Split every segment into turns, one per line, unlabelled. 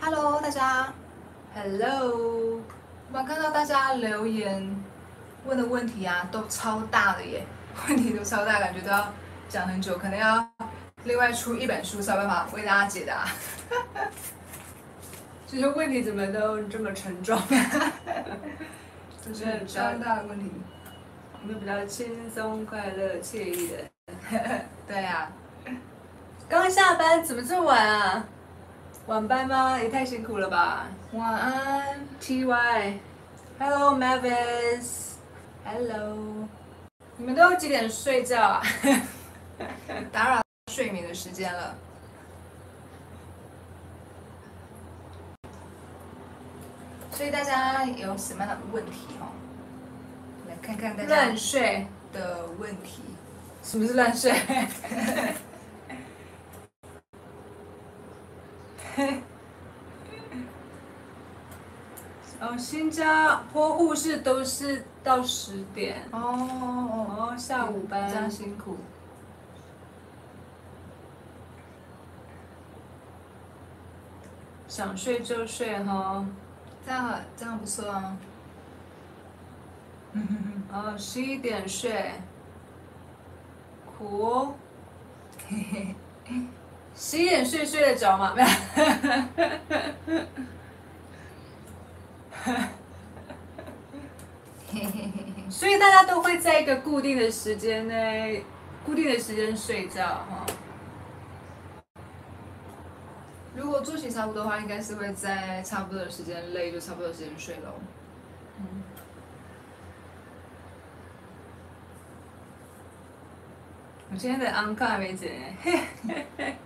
Hello，大家，
Hello，我们看到大家留言问的问题啊，都超大的耶， 问题都超大，感觉都要讲很久，可能要另外出一本书才有办法为大家解 答。
这些问题怎么都这么沉重？
这是很超大的问题。
我们比较轻松、快乐、惬意的。
对啊呀、
刚下班怎么这么晚啊？晚班吗？也太辛苦了吧
晚安。
！TY，Hello Mavis，Hello，你们都几点睡觉啊？
打扰睡眠的时间了。所以大家有什么样的问题哦？来看看 大家
乱睡？
的问题。
什么是乱睡？ 哦，新加坡护士都是到十点，
哦哦
哦，下午班
比较辛苦。
想睡就睡哦哈。
这样很这样不错啊。
哦，十一点睡，苦哦。十一点睡睡得着吗？ 所以大家都会在一个固定的时间内，固定的时间睡觉哈。
如果作息差不多的话，应该是会在差不多的时间累，就差不多的时间睡喽。
我今天的 on call 还没剪欸，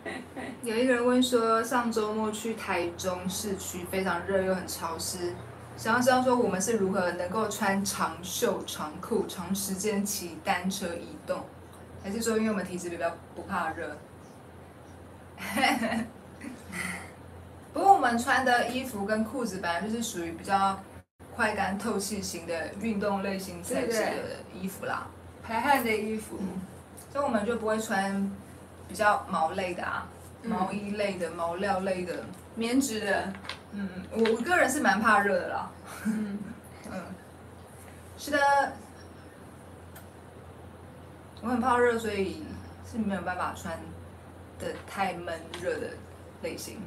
有一个人问说，上周末去台中市区，非常热又很潮湿，想要知道说我们是如何能够穿长袖长裤长时间骑单车移动，还是说因为我们体质比较不怕热？ 不过我们穿的衣服跟裤子本来就是属于比较快干透气型的运动类型材质的衣服啦，
排汗的衣服，
所以我们就不会穿比较毛类的啊，毛衣类的、毛料类的。
棉质的，
嗯，我我个人是蛮怕热的啦。嗯，是的，我很怕热，所以是没有办法穿的太闷热的类型。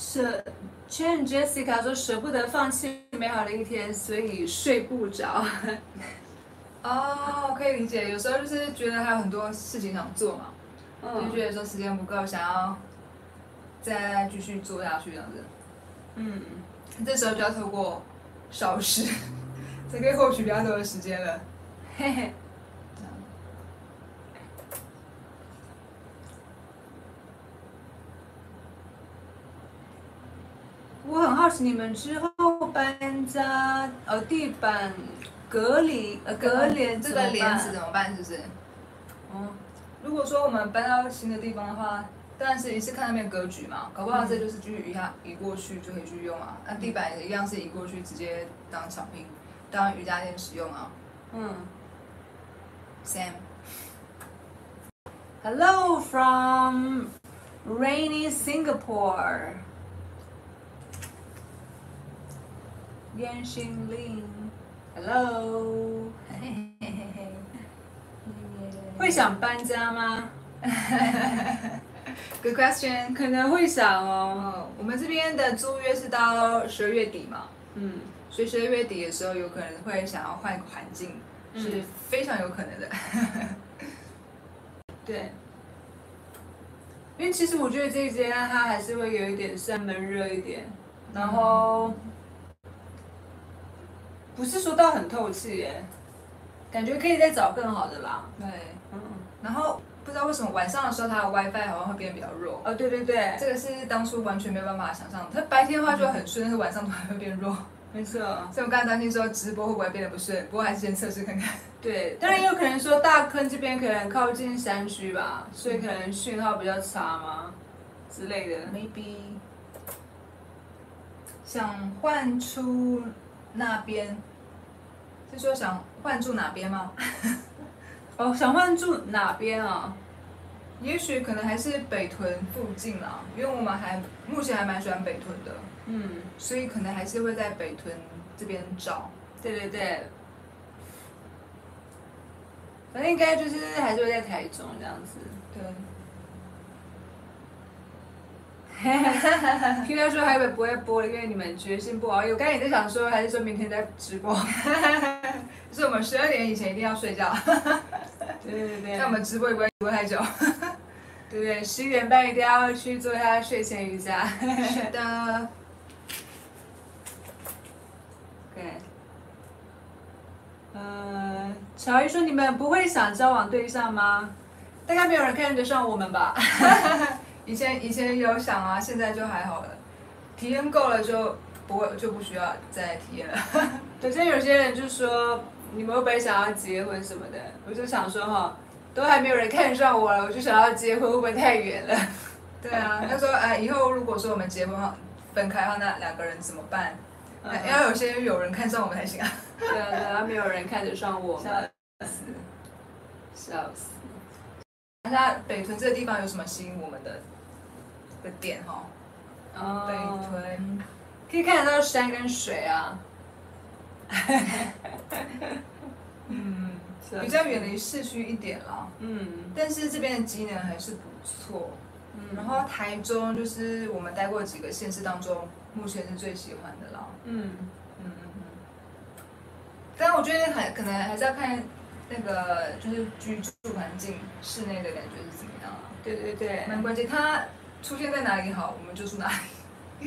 舍 Chen Jessica 说舍不得放弃美好的一天，所以睡不着。
哦，可以理解，有时候就是觉得还有很多事情想做嘛，
嗯
就觉得说时间不够，想要再继续做下去这样子。
嗯，
这时候就要透过少时，才可以获取比较多的时间了。
嘿嘿。我很好奇你们之后搬家，呃，地板隔离，呃，隔帘
这
怎么
个
办
帘子，怎么办？是不是？
哦，
如果说我们搬到新的地方的话，当然是一次看那边格局嘛，搞不好这就是继续移下移过去就可以去用啊。那地板也一样是移过去，直接当草坪，当瑜伽垫使用啊。
嗯
Sam，
，Hello from rainy Singapore，燕心令，Hello，会想搬家吗？
Good question。
可能会想哦，
哦，我们这边的租约是到十二月底嘛，
嗯。
所以十二月底的时候有可能会想要换一个环境，
嗯
是非常有可能的。
对，因为其实我觉得这一阶段它还是会有一点算闷热一点，然后不是说到很透气耶，感觉可以再找更好的啦。
对，
嗯，
然后不知道为什么晚上的时候它的 WiFi 好像会变得比较弱。
哦对对对，
这个是当初完全没有办法想象的，它白天的话就很顺，但是晚上突然会变弱，
没错，
所以我刚才担心说直播会不会变得不顺，不过还是先测试看看。
对，当然也有可能说大坑这边可能靠近山区吧，所以可能讯号比较差嘛之类的。
Maybe 想换出那边，是说想换住哪边吗？
哦，想换住哪边啊、
也许可能还是北屯附近啦，因为我们还目前还蛮喜欢北屯的，
嗯，
所以可能还是会在北屯这边找。
对对对。反正应该就是还是会在台中这样子。
对，
听到说还以为不会播了，因为你们决心不熬夜。我刚才也在想说，还是说明天再直播。
就是我们十二点以前一定要睡觉，
对对对
那我们直播也不会直播太 久。
对对，十一点半一定要去做一下睡前瑜伽。
是的，
对。呃，乔伊说你们不会想交往对象吗？大概没有人看得上我们吧？
以前以前有想啊，现在就还好了，体验够了就不会就不需要再体验 了。
对，像有些人就说你们会不会想要结婚什么的，我就想说哈，都还没有人看上我了，我就想要结婚会不会太远了？
对啊，他说哎，以后如果说我们结婚后分开的话，那两个人怎么办？哎
嗯
要有些有人看上我们才行啊。
对啊，对啊，没有人看得上我
笑
们，笑死。
那北屯这个地方有什么吸引我们的的点哈？北
哦，
屯
可以看得到山跟水啊，
嗯，
是
比较远离市区一点啦，
嗯
但是这边的机能还是不错。
嗯，
然后台中就是我们待过几个县市当中，目前是最喜欢的啦。
嗯，
嗯嗯嗯。但我觉得还可能还是要看那个就是居住环境室内的感觉是怎么样啊，
对对对，
蛮关键。它出现在哪里好，我们就住哪里。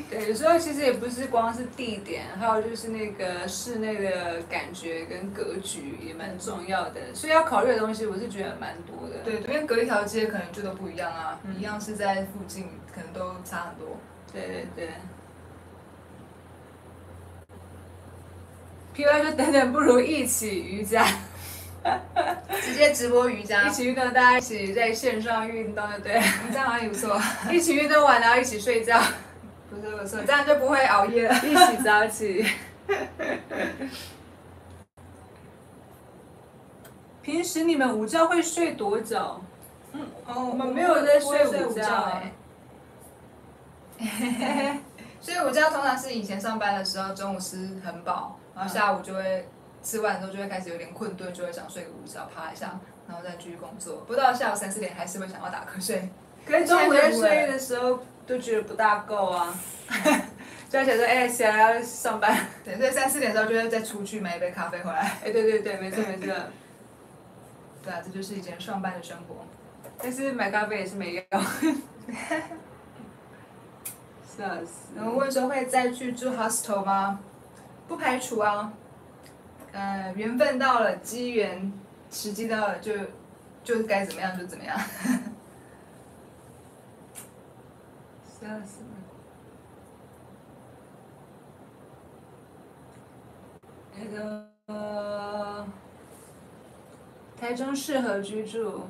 对，有时候其实也不是光是地点，还有就是那个室内的感觉跟格局也蛮重要的，所以要考虑的东西我是觉得蛮多的。
对，因为隔一条街可能就都不一样啊，
嗯
一样是在附近，可能都差很多。
对对对。P Y 说等等，不如一起瑜伽，
直接直播瑜伽
一，起运动，大家一起在线上运动，对不对？
这样好啊像也不错，
一起运动完，然后一起睡觉，
不错不错，这样就不会熬夜了。
一起早起。 平时你们午觉会睡多久？
哦，
我们没有在睡午觉欸
啊 所以欸午觉通常是以前上班的时候，中午吃很饱，然后下午就会吃完之后就会开始有点困顿，就会想睡个午觉，趴一下，然后再继续工作。不到下午三四点还是会想要打瞌睡。
可是中午在睡的时候都觉得不大够啊， 就要想说，哎、起来要上班。
对，所以三四点的时候就会再出去买一杯咖啡回来。
哎、对对对，没错没错。
对啊，这就是以前上班的生活。
但是买咖啡也是没用。 笑死！
然后问说会再去住 hostel 吗？不排除啊，呃，缘分到了，机缘时机到了，就就该怎么样就怎么样。
笑死了那个台中适合居住，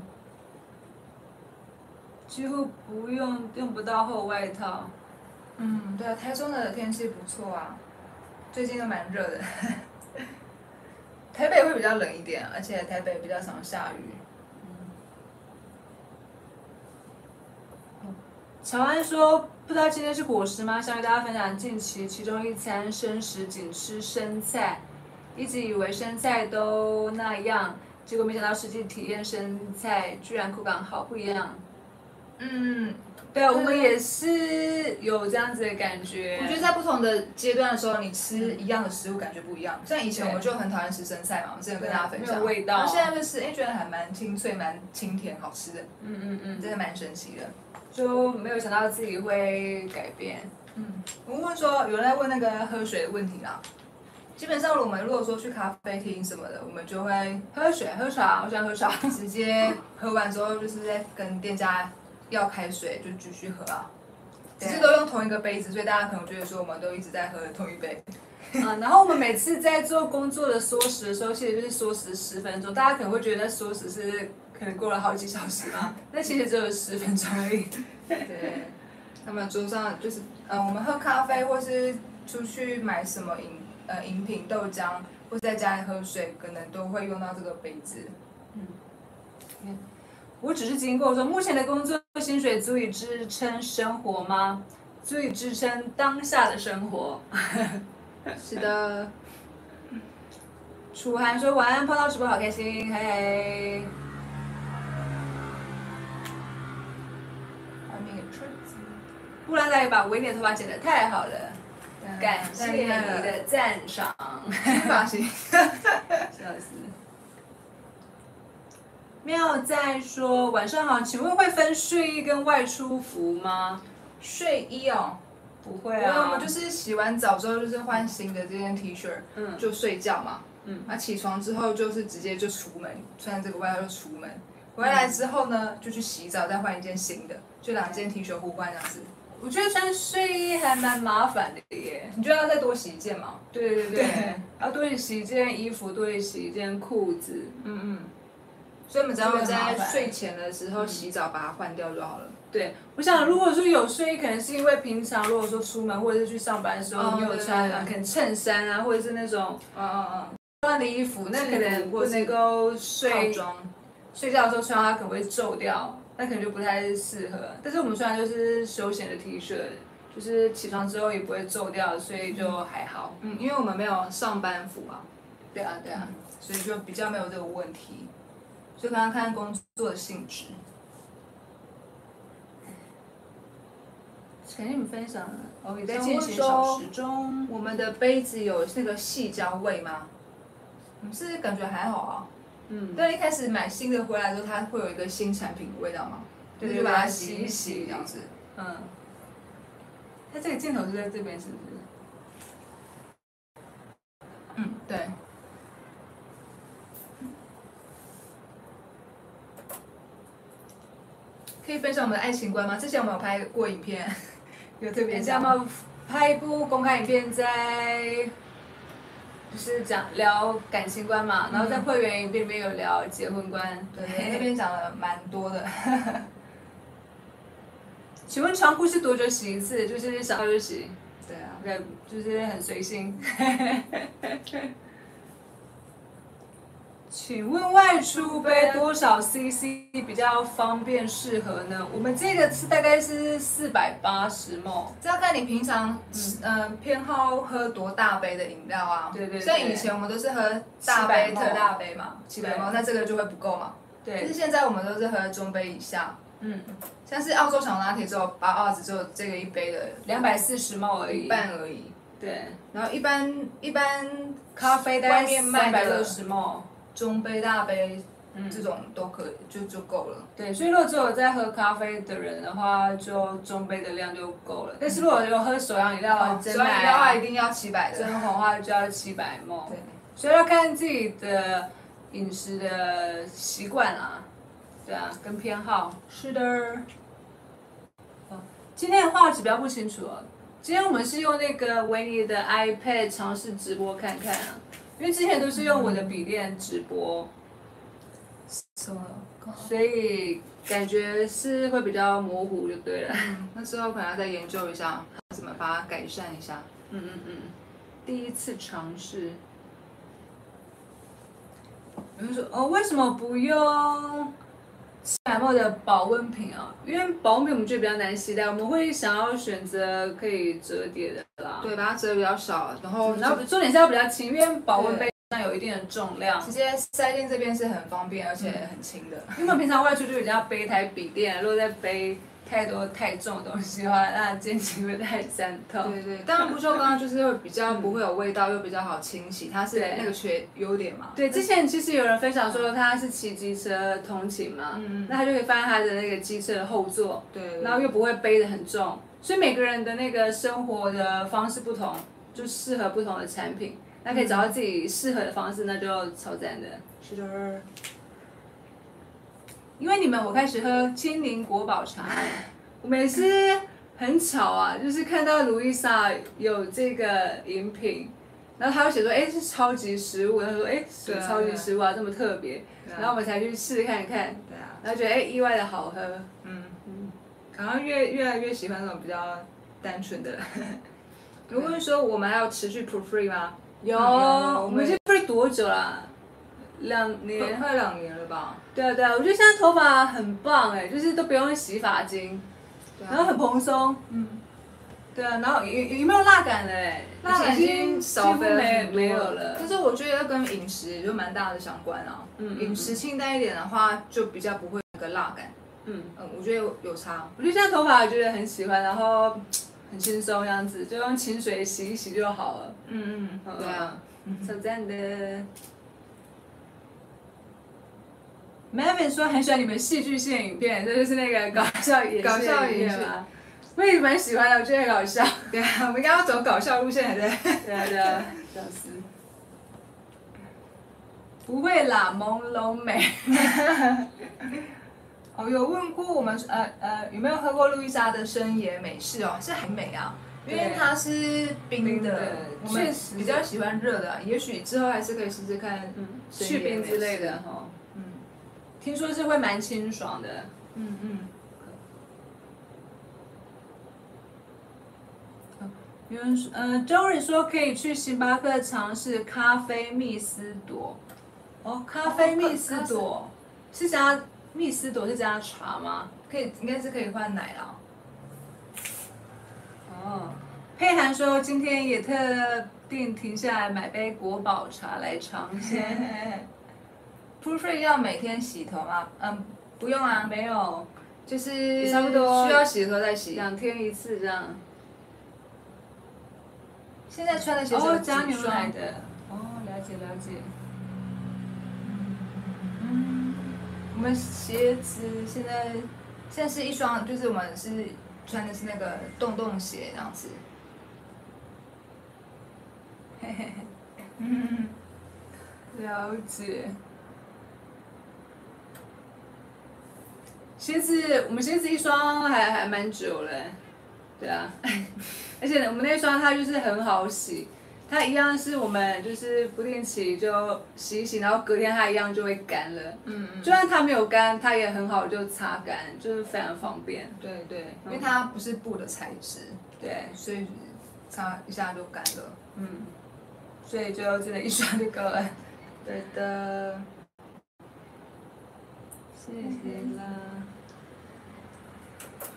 几乎不用用不到厚外套。
嗯，对啊，台中的天气不错啊，最近都蛮热的。 台北会比较冷一点，而且台北比较常下雨。
嗯嗯乔安说：“不知道今天是果实吗？想与大家分享近期其中一餐生食仅吃生菜，一直以为生菜都那样，结果没想到实际体验生菜居然口感好不一样。
嗯，
对啊，我们也是有这样子的感觉。
我觉得在不同的阶段的时候，你吃一样的食物感觉不一样。像以前
对
我就很讨厌吃生菜嘛，我之前有跟大家分
没
享
有味道
然后现在就是哎、觉得还蛮清脆、蛮清甜、好吃的，
嗯嗯嗯，
真的蛮神奇的。
就没有想到自己会改变。
嗯，我问说有人在问那个喝水的问题啦。基本上我们如果说去咖啡厅什么的，我们就会
喝水、啊喝茶，我喜欢喝茶。
直接喝完之后，就是在跟店家要开水，就继续喝啊。只
对
是都用同一个杯子，所以大家可能觉得说我们都一直在喝同一杯。
嗯，然后我们每次在做工作的缩时的时候，其实就是缩时十分钟，大家可能会觉得缩时是可能过了好几小时嘛，那其实只有十分钟而已。
对，那么桌上就是，呃，我们喝咖啡或是出去买什么饮呃饮品、豆浆，或是在家里喝水，可能都会用到这个杯子。
我只是经过说，目前的工作薪水足以支撑生活吗？足以支撑当下的生活。
是的，
楚涵说晚安，碰到直播好开心，嘿嘿。
外面有车子。
布兰大爷把维尼的头发剪得太好了，感谢你
的
的赞赏。
发型。
笑死。妙在说晚上好，请问会分睡衣跟外出服吗？
睡衣哦，
不会
因为我
啊，
们就是洗完澡之后就是换新的这件 T 恤，
嗯
就睡觉嘛，
嗯，
那起床之后就是直接就出门，穿这个外套就出门，回来
嗯
之后呢就去洗澡，再换一件新的，就两件 T 恤互换这样子。
我觉得穿睡衣还蛮麻烦的耶。
你觉得要再多洗一件吗？
对对对
对，
要多洗一件衣服，多洗一件裤子。
嗯嗯。所以我们只要
这个很麻
在
烦
睡前的时候洗澡把它换掉就好了。
对，我想如果说有睡衣，可能是因为平常如果说出门或者是去上班的时
哦
候，你有
对
穿
对对
啊，可能衬衫啊，或者是那种
嗯嗯
乱的衣服，那可
制
能
服
不
或是
能够
嗯，套
睡
装。
睡觉的时候穿，它可能会皱掉，那可能就不太适合。但是我们穿的就是休闲的 T 恤，就是起床之后也不会皱掉，所以就还好。
嗯，因为我们没有上班服嘛，
对啊，对啊。
所以就比较没有这个问题。所以刚刚看工作的性质。
感谢你们分享了，哦，也在
想
进
问
行
说
小时钟。
我们的杯子有那个细胶味吗？嗯，是感觉还好啊。
嗯，
但一开始买新的回来之后，它会有一个新产品的味道嘛，
对
就
对
是
把
把它
它
洗一
洗一
洗
洗
这样子。
嗯，它这个镜头是在这边，是不是？
嗯，对。可以分享我们的爱情观吗？之前我们有拍过影片，有 特别
人家
讲吗？
们拍一部公开影片在，就是讲聊感情观嘛，然后在会员影片里面有聊结婚观。
对对，那边讲了蛮多的。
请问长裤是多久洗一次？就是想到就洗，
对啊，
对，就是很随性。 请问外出背多少 CC 比较方便适合呢？我们这个是大概是四百八十 ml。
这要看你平常
嗯
呃偏好喝多大杯的饮料啊。
对对对
像以前我们都是喝大杯、
700
特大杯嘛，七百
对
毛，那这个就会不够嘛。但是
对，
现在我们都是喝中杯以下，
嗯，
像是澳洲小拿铁只有八二只有这个一杯的
两百四十 ml 而
一
已。
半而已。
对，
然后一般一般
咖啡大
外
概
面
三
卖
百
的
六十 ml。
中杯、大杯
嗯，
这种都可以，就就够了。
对，所以如果只有在喝咖啡的人的话，就中杯的量就够了。但是如果有喝手摇饮料啊、
所以饮
真奶
料啊
啊
一、定要七百的。
真红的话，就要七百 ml。
对，
所以要看自己的饮食的习惯啦，对啊，跟偏好。哦
是的。
今天的画质比较不清楚哦。今天我们是用那个维尼的 iPad 尝试直播看看啊，因为之前都是用我的笔电直播，
So,
所以感觉是会比较模糊就对了。
嗯那之后可能要再研究一下，怎么把它改善一下。
嗯嗯嗯，第一次尝试。有人说哦，为什么不用七百沫的保温瓶啊？因为保温瓶我们觉得比较难携带，我们会想要选择可以折叠的啦。
对，把它折的比较少，然后
然后重点是要比较轻，因为保温杯上有一定的重量
直。接塞进这边是很方便，而且很轻的。
因为我们平常外出就已经要背一台笔电了，如果再背太多太重的东西的话，那肩颈会太酸痛。
对对，当然不锈钢就是会比较不会有味道，又比较好清洗，它是
对
那个缺优点嘛。
对，之前其实有人分享说他是骑机车通勤嘛，
嗯嗯
那他就可以放在他的那个机车的后座，
对，
然
然
后
后
又不会背得很重，所以每个人的那个生活的方式不同，就适合不同的产品。那可以找到自己适合的方式，那就超赞的。
是的，
因为你们，我开始喝青柠国宝茶了，我每次很巧啊，就是看到卢伊莎有这个饮品，然后他会写说，哎，是超级食物，他说，哎，什么
对啊
超级食物啊，这么特别，然后我们才去试看看，
对啊，
然后觉得哎，意外的好喝。
嗯嗯，然后越越来越喜欢那种比较单纯的。如嗯 啊果说我们还要持续 proofread 吗？
有，
有
我们这 free 多久啦？两年，
快两年了吧？
对啊对啊，我觉得现在头发很棒哎，就是都不用洗发精，
对
然后
啊，
很蓬松，
嗯，
对啊，然后有有有没有蜡感了哎？
那已经
几乎
少
没
很多
没有了
可，是我觉得跟饮食也就蛮大的相关啊。
嗯嗯
饮食清淡一点的话，就比较不会有个辣感。
嗯，
嗯，我觉得有有差。
我对现在头发觉得很喜欢，然后很轻松这样子，就用清水洗一洗就好了。
嗯嗯，对啊。
超赞的。Melvin 说很喜欢你们戏剧性影片，这就是那个搞笑演
搞笑
影
影
片
视
嘛。我也蛮喜欢的，我觉得很搞笑。
对啊，我们刚刚走搞笑路线，还在。
对啊对啊，笑死。不会啦，朦胧美。
哦，有问过我们呃呃有没有喝过路易莎的生野美式哦，是很美啊，因为
对
它是冰
冰的
的，我们
确实
比较喜欢热的啊、也许之后还是可以试试看
嗯，
生
去
椰
冰
美
之类
式
的哈，
嗯
听说是会蛮清爽的。
嗯嗯，
有人说，呃，Jory 说可以去星巴克尝试咖啡蜜丝朵。哦，咖啡蜜丝朵是加蜜丝朵是加茶吗？
可以应该是可以换奶啦。
哦，佩涵说今天也特定停下来买杯国宝茶来尝 鲜。
p r o o f r e e 要每天洗头吗？嗯，不用啊，
没有，
就是
差不多
需要洗的时候再洗。
两天一次这样。
现在穿的鞋子有
哦，
几
加牛
双
奶的。哦，了解了解。
我们鞋子现在现在是一双，就是我们是穿的是那个洞洞鞋这样子。嗯，
了解。鞋子，我们鞋子一双还还蛮久了，欸对啊， 而且我们那双它就是很好洗，它一样是我们就是不定期就洗一洗，然后隔天它一样就会干了。
嗯嗯，
就算它没有干，它也很好就擦干，就是非常方便。
对对，因为它不是布的材质，
对，
所以擦一下就干了。
嗯，所以就真的一双就够 了。
对的，
谢谢啦。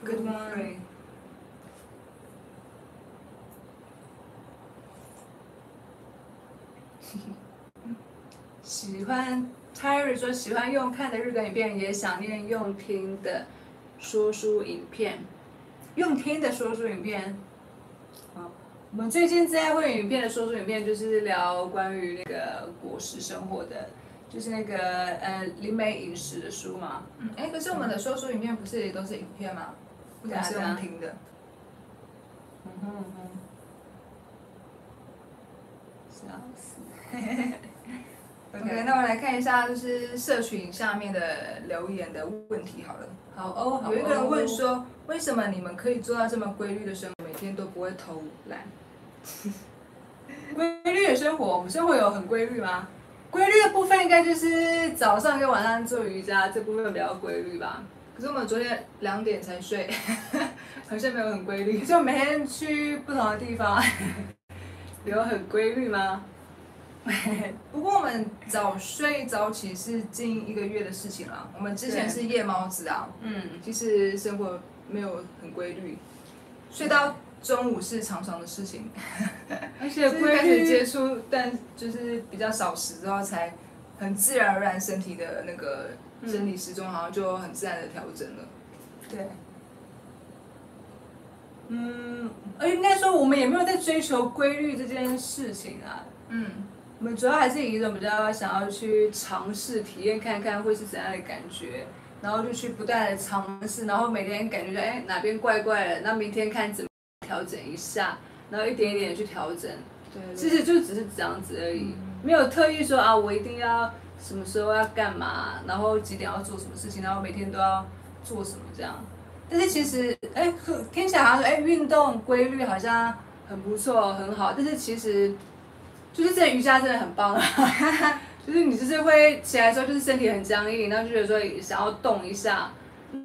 Good morning
喜欢 Terry 说喜欢用看的日本影片，也想念用听的说书影片，用听的说书影片。哦好，我们最近在会影片的说书影片，就是聊关于那个果实生活的，就是那个呃灵媒饮食的书嘛。
嗯，哎，可是我们的说书影片不是也都是影片吗？不
对啊
是
对啊
用听的。
嗯哼嗯哼， 笑 死。啊
OK，那我们来看一下，就是社群下面的留言的问题好了。
好哦，好哦
有一个人问说，为什么你们可以做到这么规律的生活，每天都不会偷懒？
规律的生活，我们生活有很规律吗？规律的部分应该就是早上跟晚上做瑜伽这部分比较规律吧。
可是我们昨天两点才 睡，好像没有很规律。
就每天去不同的地方， 有很规律吗？
不过我们早睡早起是近一个月的事情啦。我们之前是夜猫子啊，
嗯，
其实生活没有很规律，睡到中午是常常的事情。
而且
就是
规
开始接
律
触，但就是比较少时之后，才很自然而然身体的那个
嗯
生理时钟好像就很自然的调整了。
对。嗯，而应该说我们也没有在追求规律这件事情啊。
嗯，
我们主要还是以一种比较想要去尝试、体验看看会是怎样的感觉，然后就去不断的尝试，然后每天感觉到哎哪边怪怪的，那明天看怎么调整一下，然后一点一点地去调整，
对
其
其实
实就只是这样子而已，没有特意说啊我一定要什么时候要干嘛，然后几点要做什么事情，然后每天都要做什么这样。但是其实哎可听起来好像说哎运动规律好像很不错很好，但是其实。就是这瑜伽真的很棒啊，就是你就是会起来的时候就是身体很僵硬，然后就觉得说想要动一下，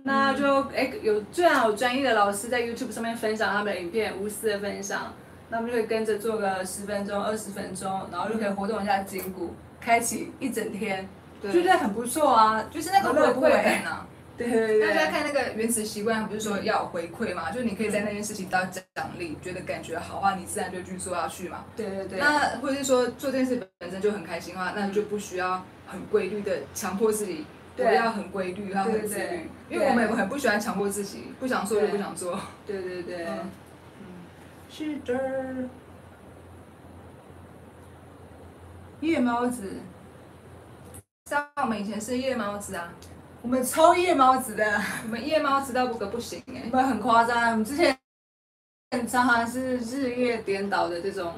那就哎有虽然有专业的老师在 YouTube 上面分享他们的影片，无私的分享，那我们就可以跟着做个十分钟、二十分钟，然后就可以活动一下筋骨，开启一整天，就觉
对，
得很不错啊，就是那个
回
回
馈
馈
感啊。
对对对，嗯
大家看那个《原子习惯》，不是说要有回馈嘛？就是你可以在那件事情得到奖励，觉得感觉好的话，你自然就继续做下去嘛。
对对对，
那或者是说做这件事本身就很开心的话，那就不需要很规律的强迫自己，不
对
要很规律，要很自
对对
律
对。
因为我们很不喜欢强迫自己，不想做就不想做。
对对对，
嗯
是的。夜猫子，
像我们以前是夜猫子啊，
我们超夜猫子的，
我们夜猫子到不可不行哎、
我们很夸张，我们之前常常是日夜颠倒的这种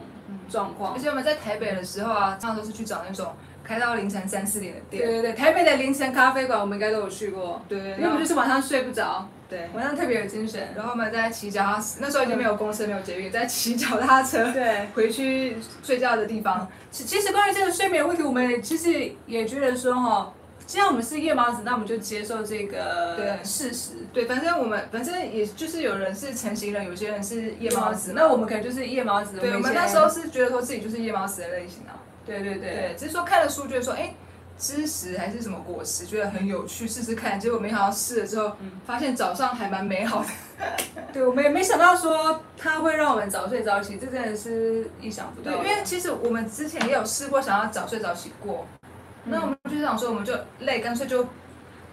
状况
而。且我们在台北的时候啊，常常都是去找那种开到凌晨三四点的
对
店。
对对，台北的凌晨咖啡馆我们应该都有去过，
对对
因为我们
对
就是晚上睡不着，
对。
晚上特别有精神。
然后我们在骑脚踏，那时候已经没有公车，没有捷运，在骑脚踏车
对，
回去睡觉的地方。
其其实关于这个睡眠问题，我们其实也觉得说哈，既然我们是夜猫子，那我们就接受这个
对
事实。
对，反正我们反正也就是有人是成型人，有些人是夜猫子嘛。
那我们可能就是夜猫子。
对我
以
们
前
那时候，是觉得说自己就是夜猫子的类型啊。
对对对
对，只是说看了书觉得说，哎，知识还是什么果实，觉得很有趣，试试看。结果没想到试了之后，
嗯
发现早上还蛮美好的。
对，我们也没想到说它会让我们早睡早起，这真的是意想不
对，
到的。
因为其实我们之前也有试过想要早睡早起过，
嗯
那我们就想说，我们就累，干脆就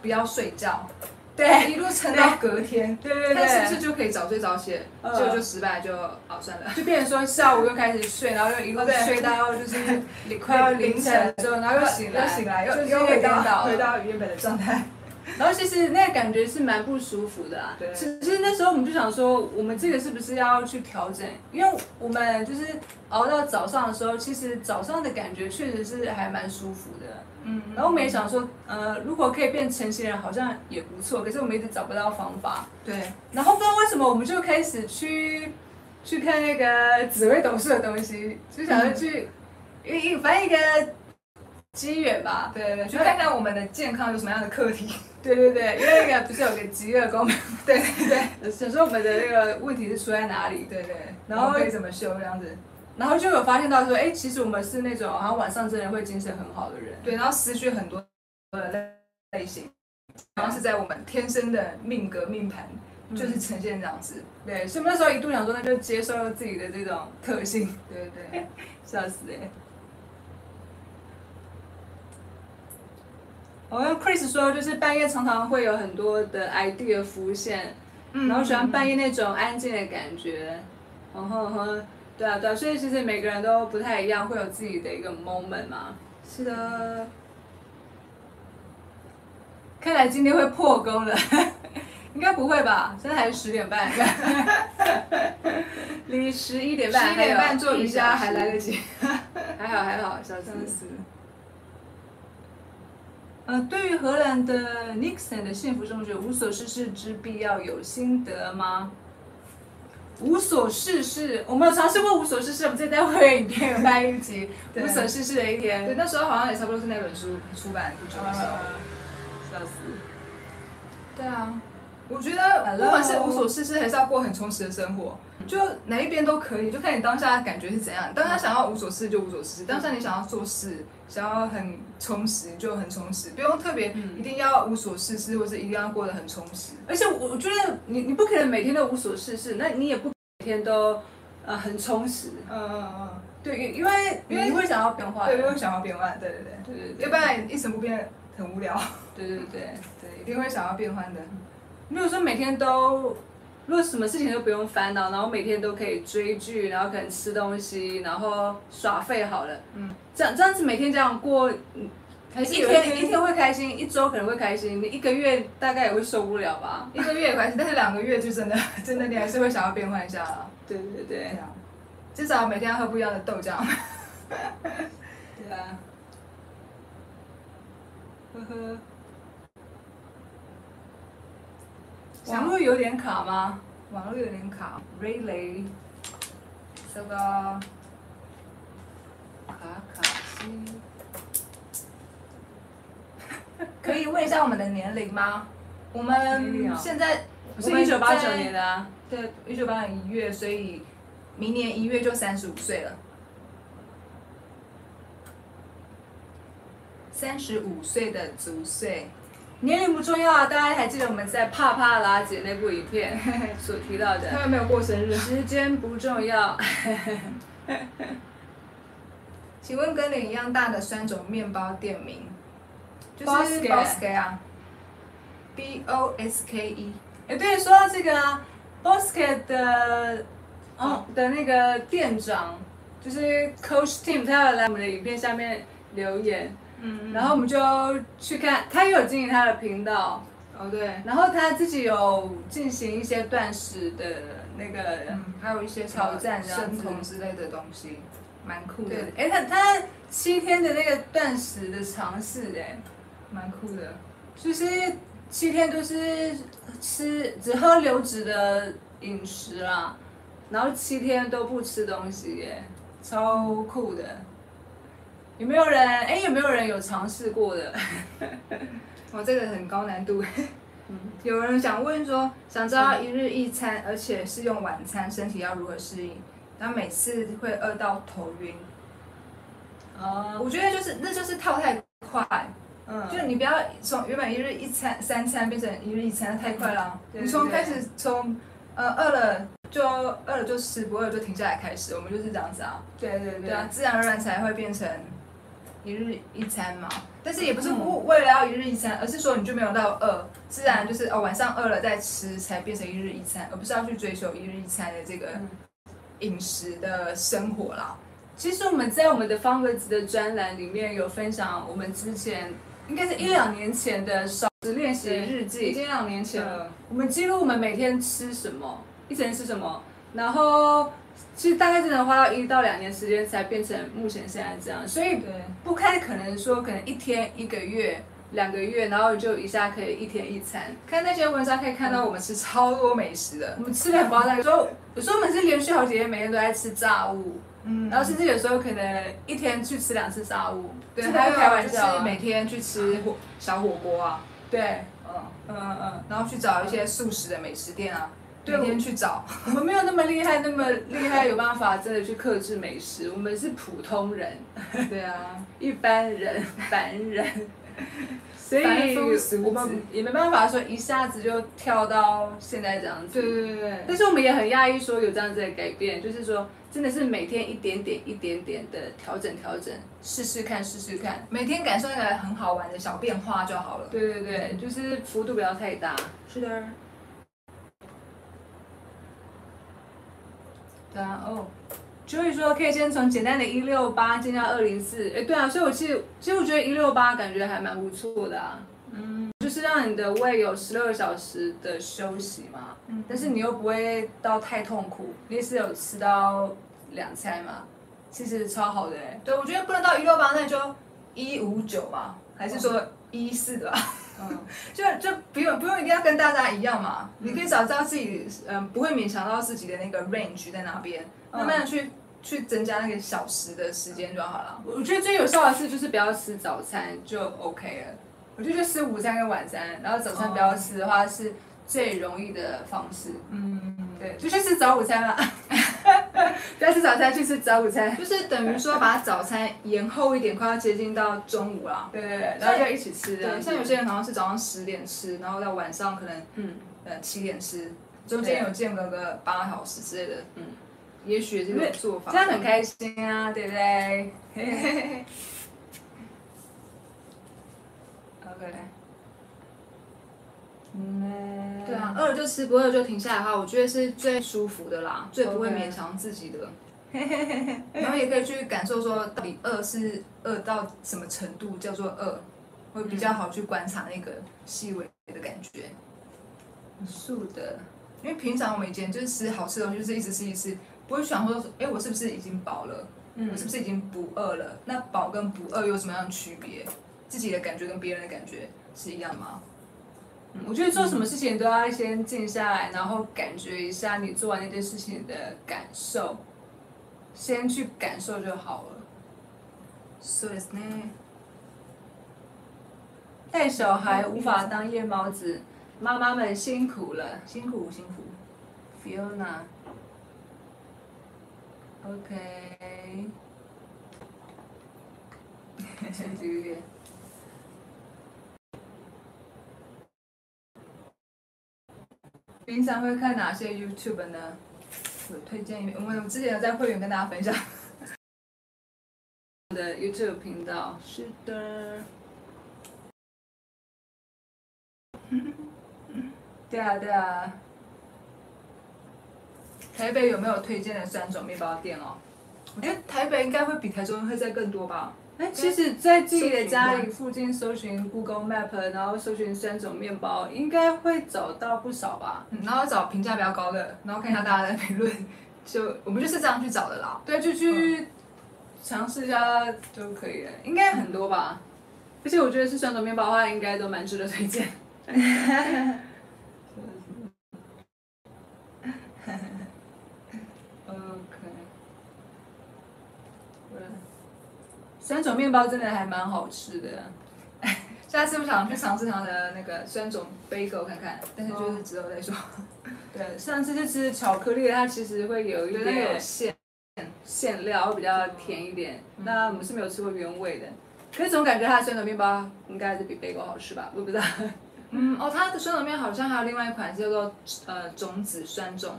不要睡觉，
对
一路撑到隔天。
对对
看是不
对
是就可以早睡早起？
嗯
结果就失败，就哦算了。
就变成说下午又开始睡，然后又一路
哦对
睡到就是 快要凌晨的时候，然后又醒来，
又醒来，
就
又
是
又回
颠
到嗯
倒
回
了。
到原本的状态。
然后其实那个感觉是蛮不舒服的啊。
对
其其实那时候我们就想说，我们这个是不是要去调整？因为我们就是熬到早上的时候，其实早上的感觉确实是还蛮舒服的。
嗯，
然后我们也想说，呃，如果可以变成型人，好像也不错。可是我们一直找不到方法。
对，
然后不知道为什么，我们就开始去去看那个紫微斗数的东西，就想
嗯
要去一一反正一个机缘吧。
对对，去啊看看我们的健康有什么样的课题。
对对对，因为那个不是有个极乐宫吗？
对对对
想说我们的那个问题是出在哪里？
对对，
然后
我们可以怎么修这样子？
然后就有发现到说，哎，其实我们是那种好像晚上真的会精神很好的人。
对，然后失去很多的类型，然后是在我们天生的命格命盘就是呈现这样子。
对，所以我们那时候一度想说，那就接受自己的这种特性，
对对
笑死哎、好像 Chris 说，就是半夜常常会有很多的 idea 浮现，
对，
然后喜欢半
夜。
夜那种安静的感觉，然后和对啊对啊，所以其实每个人都不太一样，会有自己的一个 moment 嘛。
是的，
看来今天会破功了， 应该不会吧？现在还是十点半，离十一点半
十一
还有
点半做瑜伽还来得
及，
及。
还好还好，小
真
思。
是
呃，对于荷兰的 Nixon 的幸福中学无所事事之必要有心得吗？无所事事，我们有尝试过无所事事，我们这在会影片有拍一集
对
无所事事的一天。
对，那时候好像也差不多是那本书出版不久的时候。
笑死！
对啊，我觉得不管是无所事事，还是要过很充实的生活，就哪一边都可以，就看你当下的感觉是怎样。当下想要无所事就无所事，当下你想要做事，想要很充实就很充实，不用特别一定要无所事事，或是一定要过得很充实。
而且我我觉得你你不可能每天都无所事事，那你也不每天都呃很充实，
嗯嗯
对，因因为
因为
你会想要变化
嗯，
的，
对，因为想要变换，对对对，
对对对，
要不然一成不变很无聊。
对对对，
对，一嗯定会想要变换的。
没有说每天都，如果什么事情都不用烦恼，然后每天都可以追剧，然后可能吃东西，然后耍废好了，
嗯
嗯，这样这样子每天这样过，嗯，还是
一
一
天
天一天会开心，一周可能会开心，你一个月大概也会受不了吧？
一个月也关系，但是两个月就真的 真的你还是会想要变换一下啦。
对对
对
对，
啊，至少每天要喝不一样的豆浆。
对啊，呵呵。网络有点卡吗
网络有点卡，
？Really？
这个卡卡西。 可以问一下我们的年龄吗？我
年龄
们
啊
现在
我是一九八九
的，
年的啊，
对，一九八九一月，所以明年一月就三十五岁了。三十五岁的足岁，
年龄不重要啊，大家还记得我们在《帕帕拉姐》那部影片 所提到
他
的，
们没有过生日。
时间不重要。
请问跟你一样大的三种面包店名，就是
Bosque
Boske 啊，B O S K E，
哎，对，说到这个啊，Bosket 的，哦的那个店长就是 Coach Tim，他有来我们的影片下面留言，
嗯
然后我们就去看，他也有经营他的频道，
哦对，
然后他自己有进行一些断食的那个，
嗯，还有一些
挑战这样
生
子
酮之类的东西，蛮酷的，
对，哎，他他七天的那个断食的尝试，哎，
蛮酷的。
就是七天都是吃只喝流质的饮食啦，然后七天都不吃东西耶，超酷的。有没有人？哎，有没有人有尝试过的？
我这个很高难度。
嗯
有人想问说，想知道一日一餐，而且是用晚餐，身体要如何适应？然后每次会饿到头晕。
哦，
我觉得就是那就是套太快，
嗯，
就是你不要从原本一日一餐三餐变成一日一餐太快了啊。
对
你从
对
开始从呃饿了就饿了就吃，不饿了就停下来开始，我们就是这样子啊。
对对
对
对，
啊，自然而然才会变成一日一餐嘛。但是也不是
嗯
不为了要一日一餐，而是说你就没有到饿，自然就是哦晚上饿了再吃才变成一日一餐，而不是要去追求一日一餐的这个
嗯
饮食的生活啦。
其实我们在我们的方格子的专栏里面有分享我们之前应该是一两年前的少食练习日记，
对
已经两年前了。我们记录我们每天吃什么，一整天吃什么，然后其实大概真的花到一到两年时间才变成目前现在这样，所以
对
不太可能说可能一天一个月。两个月，然后就一下可以一天一餐。
看那些文章可以
嗯
看到我们吃超多美食的
我，们吃的很夸张，有时候有时候我们是连续好几天每天都在吃炸物，
嗯
然后甚至有时候可能一天去吃两次炸物，
对，
这个不
还有
开玩
就
笑
是
啊、
每天去吃火小火锅啊，
对，
嗯，
嗯嗯，
然后去找一些素食的美食店啊，
对
每天去找，
我们没有那么厉害，那么厉害有办法真的去克制美食，我们是普通人、
对啊，
一般 人、凡人，所以
凡夫俗子
我们也没办法说一下子就跳到现在这样子。
对对对对
但是我们也很讶异，说有这样子的改变，就是说真的是每天一点点、一点点的调整、调整，试试看、试试看。
每天感受那个很好玩的小变化就好了。
对对对，就是幅度不要太大。
是的。
对啊，哦。Joey 说可以先从简单的一六八进到二零四，哎，对啊，所以我其实其实我觉得一六八感觉还蛮不错的啊，嗯，就是让你的胃有十六个小时的休息嘛，
嗯
但是你又不会到太痛苦，你也是有吃到两餐嘛，其实超好的哎、
对，我觉得不能到一六八，那就一五九吧，还是说一四 的吧？
嗯，
就就不用不用一定要跟大家一样嘛，你可以找到自己，嗯、不会勉强到自己的那个 range 在哪边，慢慢的去、去增加那个小时的时间就好了。
我觉得最有效的是就是不要吃早餐就 OK 了，我觉得就吃午餐跟晚餐，然后早餐不要吃的话是最容易的方式，
嗯，
对，就去吃早午餐啦， 不要吃早餐，去吃早午餐。
就是等于说把早餐延后一点，快要接近到中午啦。
对对对，然后就一起吃这样
对，
子。
像有些人好像是早上十点吃，然后到晚上可能
嗯，
呃七点吃，中间有间隔个八小时之类的。
嗯，
也许这种做法
这样很开心啊，对不对嘿嘿嘿？OK。嗯，
对啊，，饿了就吃，不饿了就停下来的话，我觉得是最舒服的啦，最不会勉强自己 的。然后也可以去感受说，到底饿是饿到什么程度叫做饿，会比较好去观察那个细微的感觉。
素的，
因为平常我们以前就是吃好吃的东西，就是一直吃一直吃，不会想说，哎，我是不是已经饱了？
嗯
我是不是已经不饿了？那饱跟不饿有什么样的区别？自己的感觉跟别人的感觉是一样吗？
嗯我觉得做什么事情都要先静下来，然后感觉一下你做完那件事情的感受，先去感受就好了。
そうですね。
带小孩无法当夜猫子，妈妈们辛苦了。
辛苦辛苦。
Fiona。OK。
平常会看哪些 YouTube 呢？有推荐，我们之前有在会员跟大家分享。
我的 YouTube 频道。是的。对啊，对啊。
台北有没有推荐的三种面包店哦？我觉得台北应该会比台中会再更多吧。
哎，其实，在自己的家里附近搜寻 Google Map，然后搜寻三种面包，应该会找到不少吧？
嗯然后找评价比较高的，然后看一下大家的评论，就我们就是这样去找的啦。
对，就去尝试一下就可以了，应该很多吧。而且我觉得是酸种面包的话，应该都蛮值得推 荐。OK，对酸种面包真的还蛮好吃的。
下次我想去尝试它的那个酸种 bagel 看看，但是就是之后再说。
哦对，上次就吃巧克力，它其实会有一
觉得有
点
限，
馅料会比较甜一点。那我们是没有吃过原味的，可是总感觉它的酸种面包应该还是比贝果好吃吧？我也不知道。
嗯，哦，它的酸种面好像还有另外一款叫做呃种子酸种，